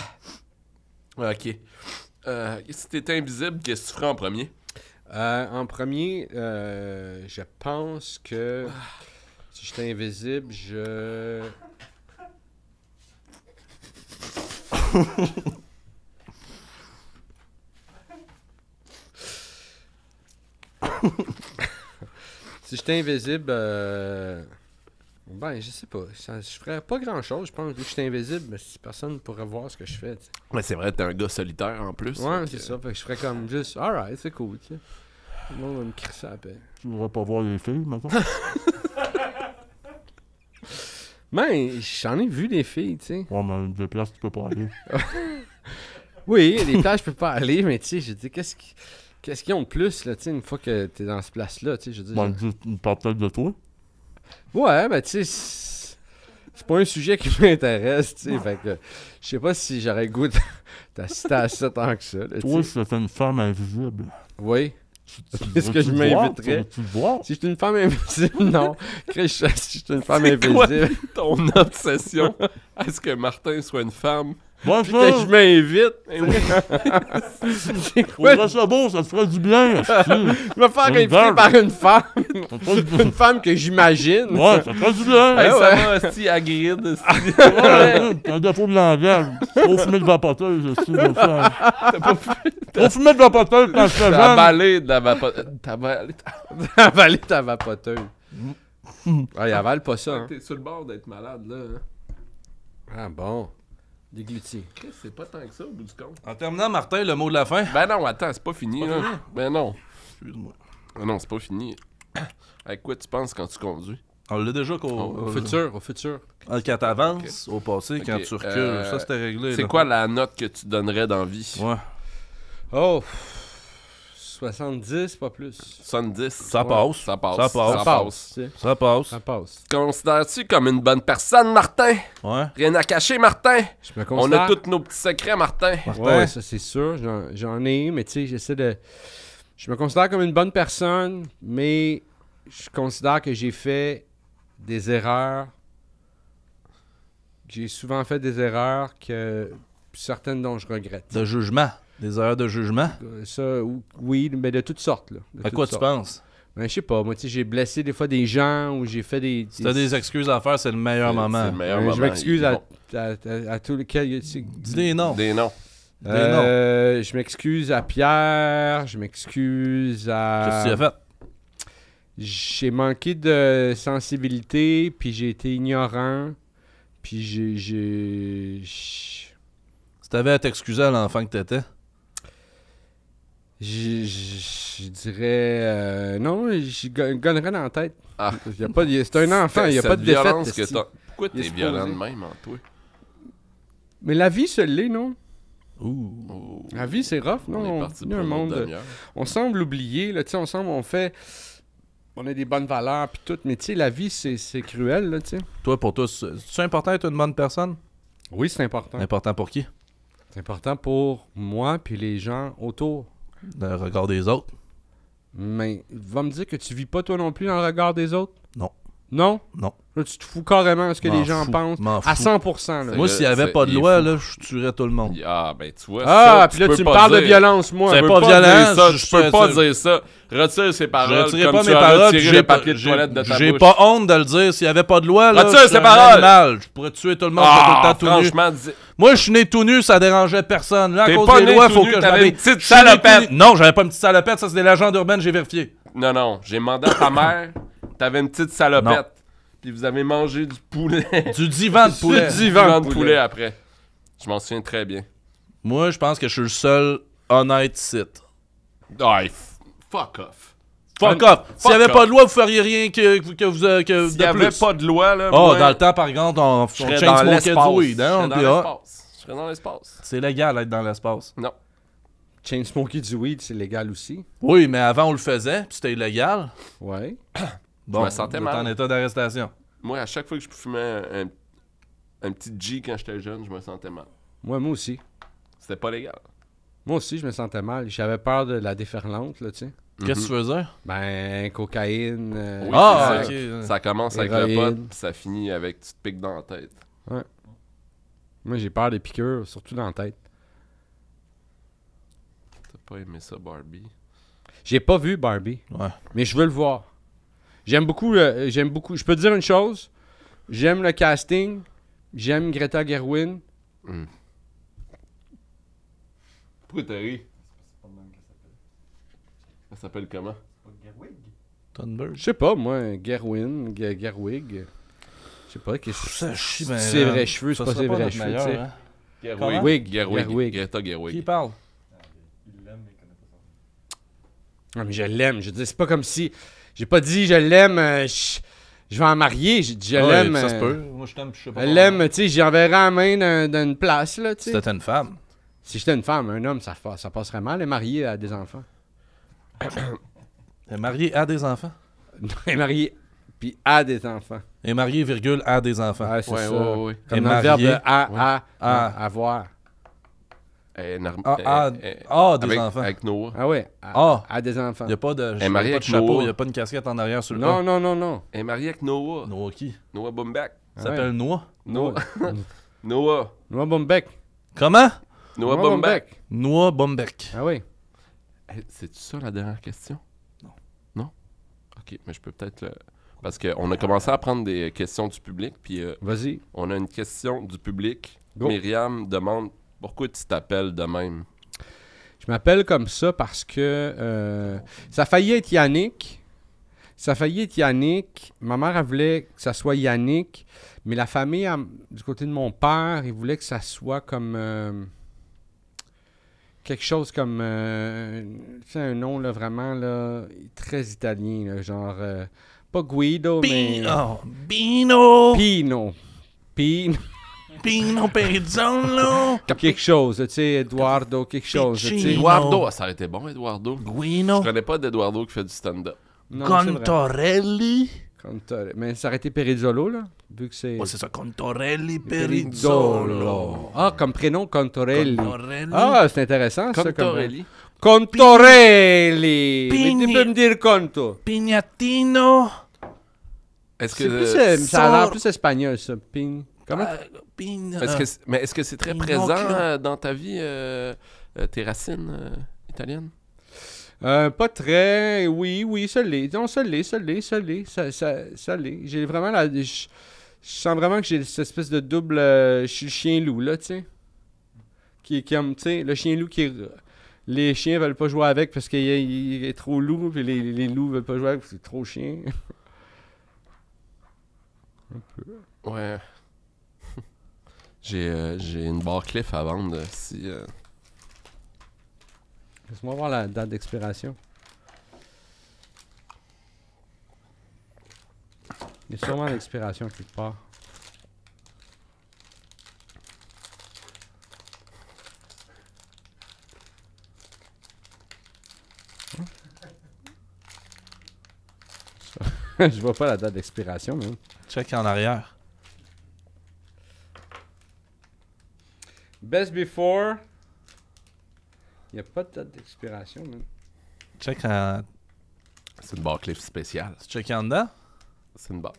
Ok. Euh, si t'étais invisible, qu'est-ce que tu ferais en premier?
Euh, en premier, euh, je pense que si j'étais invisible, je. si j'étais invisible, euh, ben je sais pas, ça- je ferais pas grand chose. Je pense que vu que j'étais invisible, mais si personne pourrait voir ce que je fais. tu sais.
Ouais, c'est vrai, t'es un gars solitaire en plus. euh,
Ouais, c'est ça. Fait que je ferais comme juste, alright, c'est cool, tu sais. Tout le monde va me crisser à la paix.
Tu voudrais pas voir les filles, maintenant?
Ben, j'en ai vu des filles, tu sais.
Ouais, mais des places, tu peux pas aller.
Oui, les plages, je peux pas aller, mais tu sais, je dis, qu'est-ce qui- qu'est-ce qu'ils ont de plus, là, tu sais, une fois que t'es dans ce place-là, tu sais, je dis.
Ben, juste une partie de toi.
Ouais, ben, tu sais, c'est c'est pas un sujet qui m'intéresse, tu sais. Fait que, je sais pas si j'aurais le goût de- d'assister à ça tant que ça, là, tu
Toi,
sais.
si t'étais une femme invisible.
Oui.
tu- tu
Est-ce que
voudrais-tu
je
le voir?
m'inviterais?
Tu voudrais-tu le voir?
Si je suis une femme invisible, non. Chris, je- si je suis une femme
C'est quoi?
invisible,
Ton obsession à ce que Martin soit une femme.
Moi,
puis que je m'invite.
Eh oui.
C'est
On
quoi?
dirait ça beau, ça te ferait du bien. esti.
Je vais me faire
Une
inviter
dame.
par une femme.
Ça te ferait du-
Une femme que j'imagine.
Ouais, ça te ferait du bien.
Hey,
Ah
ça
ouais.
va, hostie, Hagrid, hostie.
Ouais, T'as un défaut de langage. Trop fumer de vapoteuse, esti, mon frère. Trop fumer de vapoteuse quand j'étais
T'as
jeune.
avalé de la vapo- T'as avalé-
avaler ta vapoteuse. Ah, il avale pas ça, hein.
T'es sur le bord d'être malade, là. hein.
Ah bon. Dégluti.
Chris, c'est pas tant que ça, au bout du compte.
En terminant, Martin, le mot de la fin.
Ben non, attends, c'est pas fini, là. Ben non.
Excuse-moi.
Ben non, c'est pas fini. Avec quoi tu penses quand tu conduis?
On l'a déjà qu'au
Au
Au futur, au futur.
Ah, Quand t'avances, au passé, quand
Oh, Ok,
tu recules.
euh,
ça, c'était réglé.
C'est
là.
quoi la note que tu donnerais dans la vie?
Ouais.
Oh. 70, pas plus.
70.
Ça passe.
Ça passe.
Ça passe.
Ça passe.
tu sais.
Ça passe.
Ça passe.
Te Considères-tu comme une bonne personne, Martin?
Ouais.
Rien à cacher, Martin?
Je
On a
me considère...
tous nos petits secrets, Martin.
Martin.
Ouais, ça c'est sûr, j'en- j'en ai, mais tu sais, j'essaie de. Je me considère comme une bonne personne, mais je considère que j'ai fait des erreurs. J'ai souvent fait des erreurs que certaines dont je regrette.
De jugement. Des heures de jugement.
Euh, Ça, ou- oui, mais de toutes sortes. Là, de
À quoi
toutes
tu
sortes.
penses?
Ben, je sais pas, moi tu sais, j'ai blessé des fois des gens ou j'ai fait des.
Si t'as des ben, excuses à faire, c'est le meilleur
C'est- c'est
moment.
le
Euh,
meilleur
je
moment.
m'excuse
Ils
à,
vont-
à, à- à tous lesquels.
Dis des noms.
Des noms.
Des noms.
Euh, je m'excuse à Pierre, je
Qu'est-ce
m'excuse
que tu as
à.
fait?
J'ai manqué de sensibilité, puis j'ai été ignorant, puis j'ai- j'ai. j'-
Si t'avais à t'excuser à l'enfant que t'étais.
j'ai- Je dirais. euh, non, je go- gonnerais dans la tête.
Ah.
Y a pas, de- c'est un enfant, il n'y a
Cette
pas de
violence
défaite.
que
esti.
t'as- Pourquoi
Il est
t'es violent de
supposé. Ah
même, en toi?
Mais la vie, se l'est, non
Ouh.
Oh,
La vie, c'est rough, non
on est
On
parti
vit
pour
un
une autre
monde.
demi-heure.
on semble oublier, là, tu sais, on semble, on fait, on a des bonnes valeurs puis tout, mais tu sais, la vie, c'est c'est cruel, là, tu sais.
Toi, pour toi, c'est c'est important d'être une bonne personne?
Oui, c'est important.
Important pour qui?
C'est important pour moi puis les gens autour.
Le regard des autres?
Mais va me dire que tu vis pas toi non plus dans le regard des autres?
Non.
Non?
Non.
Là, tu te fous carrément de ce que
M'en
les gens
fous.
pensent.
M'en
À
fous.
100%, là.
C'est
Moi,
le-
s'il n'y avait
Euh, c'est-
pas de
il est
loi,
fou.
là, je tuerais tout le monde.
Ah, ben tu vois.
Ah,
ça,
puis là,
peux
tu me
pas
parles de
dire.
violence, moi.
C'est
peux
pas violent,
dire ça,
je-
je peux
c'est-
pas
c'est-
dire ça. Retire ces
Je
paroles.
retire
comme
pas
tu
mes
as
paroles,
retiré
puis
le
j'ai pas,
papier de toilette de
j'ai-
ta
j'ai
bouche. Ah,
pas honte de le dire. S'il n'y avait pas de loi, là,
Retire
je
ces
serais un
paroles.
animal. Je pourrais tuer tout le monde,
Ah,
j'étais tout le temps tout nu.
franchement, dis-
Moi, je suis né tout nu, ça dérangeait personne. Là, à
T'es
cause
pas
des
né
lois,
tout
faut
nu,
que je
t'avais
m'habille.
une petite
Je suis né tout
salopette.
nu. Non, j'avais pas une petite salopette, ça c'est des légendes urbaines, j'ai vérifié.
non, non, j'ai demandé à ta mère, t'avais une petite
Non.
salopette, puis vous avez mangé du poulet.
Du divan de poulet.
Du divan de
Vent de poulet.
poulet
après. Je m'en souviens très bien.
Moi, je pense que je suis le seul honnête site.
Ah, f- fuck off.
Fuck off. S'il
fuck
n'y avait pas
off.
de loi, vous feriez rien que, que vous euh, que
S'il
de
n'y avait
plus.
pas de loi, là,
Oh,
moi,
dans le temps, par contre, on, on
je serais
change
dans
mon
l'espace.
cadeau,
Je serais
hein,
dans
puis, ah,
l'espace. Je serais dans l'espace.
C'est légal d'être dans l'espace.
Non.
Chainsmoker du weed, c'est légal aussi.
Oui, mais avant, on le faisait, puis c'était illégal.
Ouais.
Bon,
me sentais
vous êtes
mal.
en état d'arrestation.
Moi, à chaque fois que je fumais un, un petit G quand j'étais jeune, je me sentais mal.
Moi, moi aussi.
C'était pas légal.
Moi aussi, je me sentais mal. J'avais peur de la déferlante, là, tu sais.
Qu'est-ce que tu faisais?
Ben, cocaïne. euh,
Oui,
Ah,
Mhm. c'est
ok.
Ça commence avec le
Héroïne.
pote, puis ça finit avec tu te piques dans la tête.
Moi, j'ai peur des piqûres, surtout dans la tête.
T'as pas aimé ça, Barbie?
J'ai pas vu Barbie,
Ouais.
mais je veux le voir. J'aime beaucoup, le- j'aime beaucoup. Je peux te dire une chose. J'aime le casting. J'aime Greta Gerwin.
Pourquoi t'as ri? Elle s'appelle comment?
Thunberg.
Je sais pas, moi, Gerwin, Ge- Gerwig. Je sais pas, qu'est-ce que
Ça chie, ben,
Ses
là.
vrais cheveux, c'est
Ça
pas
sera
ses vrais
notre
cheveux,
meilleur,
tu sais.
hein. Comment?
Gerwig. Gerwig.
Gerwig.
Greta
Qui
Gerwig.
parle?
Ah, mais je l'aime. Je dis, c'est pas comme si. J'ai pas dit je l'aime. euh, je... je vais en marier. J'ai dit je
Ah Ouais,
l'aime.
Ça se
euh,
peut. Moi, je t'aime, puis je sais
Je
pas.
l'aime, tu sais, j'enverrai la main d'un- d'une place, là, tu sais.
C'était une femme.
Si j'étais une femme, un homme, ça, fa- ça passerait mal. Elle est mariée à des enfants.
Elle est mariée à des enfants.
Elle est mariée, puis à des enfants.
Elle est mariée, virgule, à des enfants.
Ah, c'est
Ouais,
ça.
ouais, ouais, ouais.
Comme
Et
le verbe
marié.
à, à,
Ah.
à, avoir.
Elle est norm-
Ah,
elle-
ah,
elle-
ah, des
avec,
enfants.
avec Noah.
Ah ouais, à,
Ah.
à des enfants.
Il n'y a pas de,
est
y a
mariée
pas
avec
de chapeau,
Noah.
il n'y a pas une casquette en arrière sur le
Non,
bas.
non, non, non.
Elle est mariée avec Noah.
Noah qui?
Noah Baumbach.
Il
Ah
s'appelle Noah.
Non.
Noah.
Noah Bombeck.
Comment?
Noah Baumbach.
Noah Bombeck.
Ah oui.
Eh, C'est-tu ça la dernière question? Non. Non? Ok, mais je peux peut-être le- Parce qu'on a commencé à prendre des questions du public, puis euh,
Vas-y.
on a une question du public.
Go.
Myriam demande pourquoi tu t'appelles de même?
Je m'appelle comme ça parce que euh, ça faillit être Yannick. Ça faillit être Yannick. Ma mère, elle voulait que ça soit Yannick. Mais la famille, elle- du côté de mon père, il voulait que ça soit comme. euh, quelque chose comme. euh, tu sais, un nom, là, vraiment, là, très italien, là, genre. euh, pas Guido, mais.
Bino! Bino!
Pino. Pino.
Pino Perizzolo,
Quelque chose, tu sais, Eduardo, quelque chose, tu sais.
Piccini.
Eduardo, ah, ça aurait été bon, Eduardo. Je
Guino,
connais pas d'Eduardo qui fait du stand-up.
Non, c'est vrai.
Contorelli.
Contore. Mais ça aurait été Perizzolo, là, vu que c'est...
Ouais, c'est ça, Contorelli Perizzolo.
Perizzolo. Ah, comme prénom, Contorelli.
Contorelli.
Ah, c'est intéressant, ça.
Comme
Comme...
Torelli.
Contorelli. Mais tu
Pigni.
peux me dire conto.
Pignatino.
Est-ce que.
C'est plus, euh, ça a l'air
sort-
plus espagnol, ça. Ping. Comment?
Euh, Pin-
Est-ce
Ah,
euh,
que c'est- mais est-ce que c'est très
Pinocchio.
présent euh, dans ta vie, euh, euh, tes racines euh, italiennes?
Euh, pas très. Oui, oui, ça l'est. Non, ça l'est, ça l'est, ça l'est, ça, ça, ça l'est. J'ai vraiment la. Je je sens vraiment que j'ai cette espèce de double. euh, je suis le chien loup, là, tu sais. Qui, qui aime, tu sais, le chien loup qui. est- Les chiens veulent pas jouer avec parce qu'il est- il est trop loup, puis les, les loups veulent pas jouer avec parce qu'il est trop chien.
Ouais. j'ai, euh, j'ai une barre cliff à vendre euh, si. euh,
Laisse-moi voir la date d'expiration. Il y a sûrement l'expiration quelque part. Hein? Je vois pas la date d'expiration, mais.
Check en arrière.
Best before. Il n'y a pas de date d'expiration, man.
Check en...
C'est une barre cliff spéciale.
Check en dedans.
C'est une barre.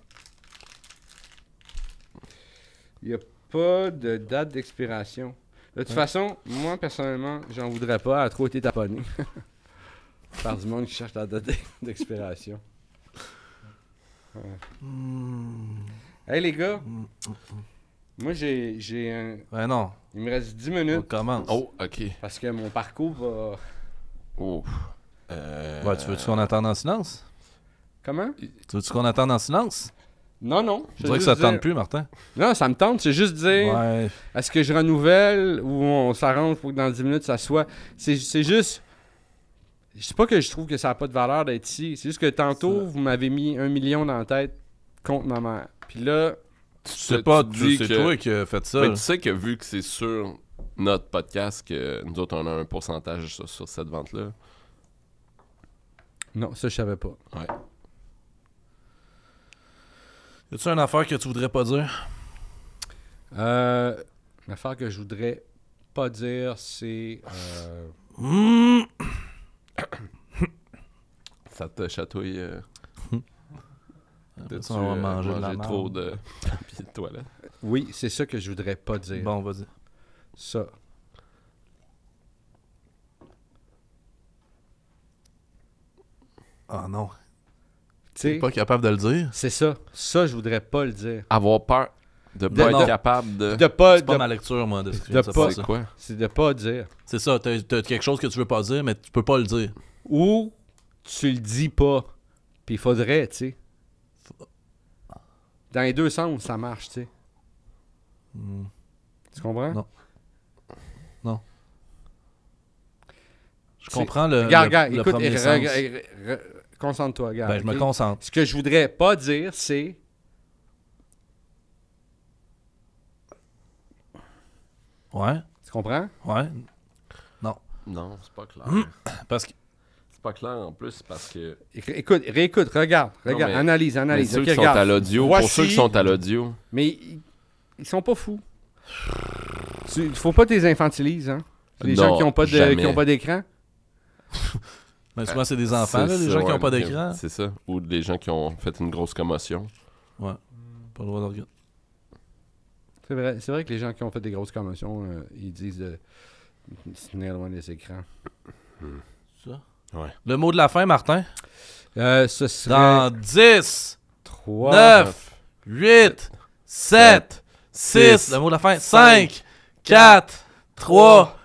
Il n'y a pas de date d'expiration. De toute façon, moi, personnellement, j'en voudrais pas. Elle a trop été taponnée. Par du monde qui cherche la date d'expiration. Ouais. Hey, les gars. Moi, j'ai, j'ai un...
Ben non,
Il me reste 10
on
minutes.
commence.
Oh, ok.
Parce que mon parcours va...
Oh. Euh,
Ouais, tu veux-tu qu'on attende en silence?
Comment?
Tu veux-tu qu'on attende en silence?
Non, non.
Je
c'est
dirais que ça
juste dire-
tente plus, Martin.
Non, ça me tente. C'est juste dire...
Ouais.
Est-ce que je renouvelle ou on s'arrange pour que dans 10 minutes ça soit. C'est c'est juste. C'est pas que je trouve que ça n'a pas de valeur d'être ici. C'est juste que tantôt, vous m'avez mis un million dans la tête contre ma mère. Puis là,
tu
C'est pas
dis
tu, c'est
que-
toi qui as fait ça.
Mais tu sais que vu que c'est sur notre podcast que nous autres, on a un pourcentage sur, sur cette vente-là.
non, ça je savais pas.
Ouais.
Y a-tu une affaire que tu voudrais pas dire?
Euh, L'affaire que je voudrais pas dire, c'est. euh,
Hmm.
Mmh.
Ça te chatouille. euh,
Après
t'as-tu,
Hum. ça, on va
euh,
manger de la
mangé
merde.
trop de papier de toilette.
Oui, c'est ça que je voudrais pas dire.
Bon, vas-y.
Ça.
Ah non.
Tu sais,
capable de le dire?
c'est ça. Ça, je voudrais pas le dire.
Avoir peur de
De-
pas
non.
être capable de.
De pas.
C'est pas
Euh, de-
ma lecture, moi, de ce que
de
ça
pas-
passe.
C'est quoi?
C'est de pas dire.
C'est ça, t'as t'as quelque chose que tu veux pas dire, mais tu peux pas le dire.
Ou tu le dis pas. Puis il faudrait, tu sais. Dans les deux sens, ça marche, tu sais.
Hmm.
Tu comprends?
Non. Je
C'est-
comprends le,
Regarde,
le-
regarde,
le
écoute,
premier
re-
sens.
re- re- re- concentre-toi, regarde.
Ben, je me
ok?
concentre.
Ce que je voudrais pas dire, c'est.
Ouais,
Tu comprends?
ouais.
Non, c'est pas clair.
Parce que
C'est pas clair en plus parce que.
Éc- Écoute, réécoute, regarde,
Non,
regarde,
mais-
analyse,
Mais
analyse.
ceux
ok,
qui sont
regarde.
à l'audio, pour
Voici-
ceux qui sont à l'audio,
Mais ils, ils sont pas fous. Tu, faut pas t'es infantilises, hein? Les
Non,
gens qui ont pas de- qui
jamais.
ont pas d'écran.
ben, souvent, c'est des enfants, là,
Ah, C'est
les
ça,
gens qui
ouais,
ont pas
les-
d'écran.
C'est ça. Ou des gens qui ont fait une grosse commotion.
Pas le droit de regarder.
C'est vrai, c'est vrai que les gens qui ont fait des grosses commotions, euh, ils disent de se tenir loin des écrans.
Ça.
Ouais.
Le mot de la fin, Martin.
Euh, ce serait
Dans 10,
3,
neuf, 8, 7, 6.
six,
Le mot de la fin. 5, 4, 3,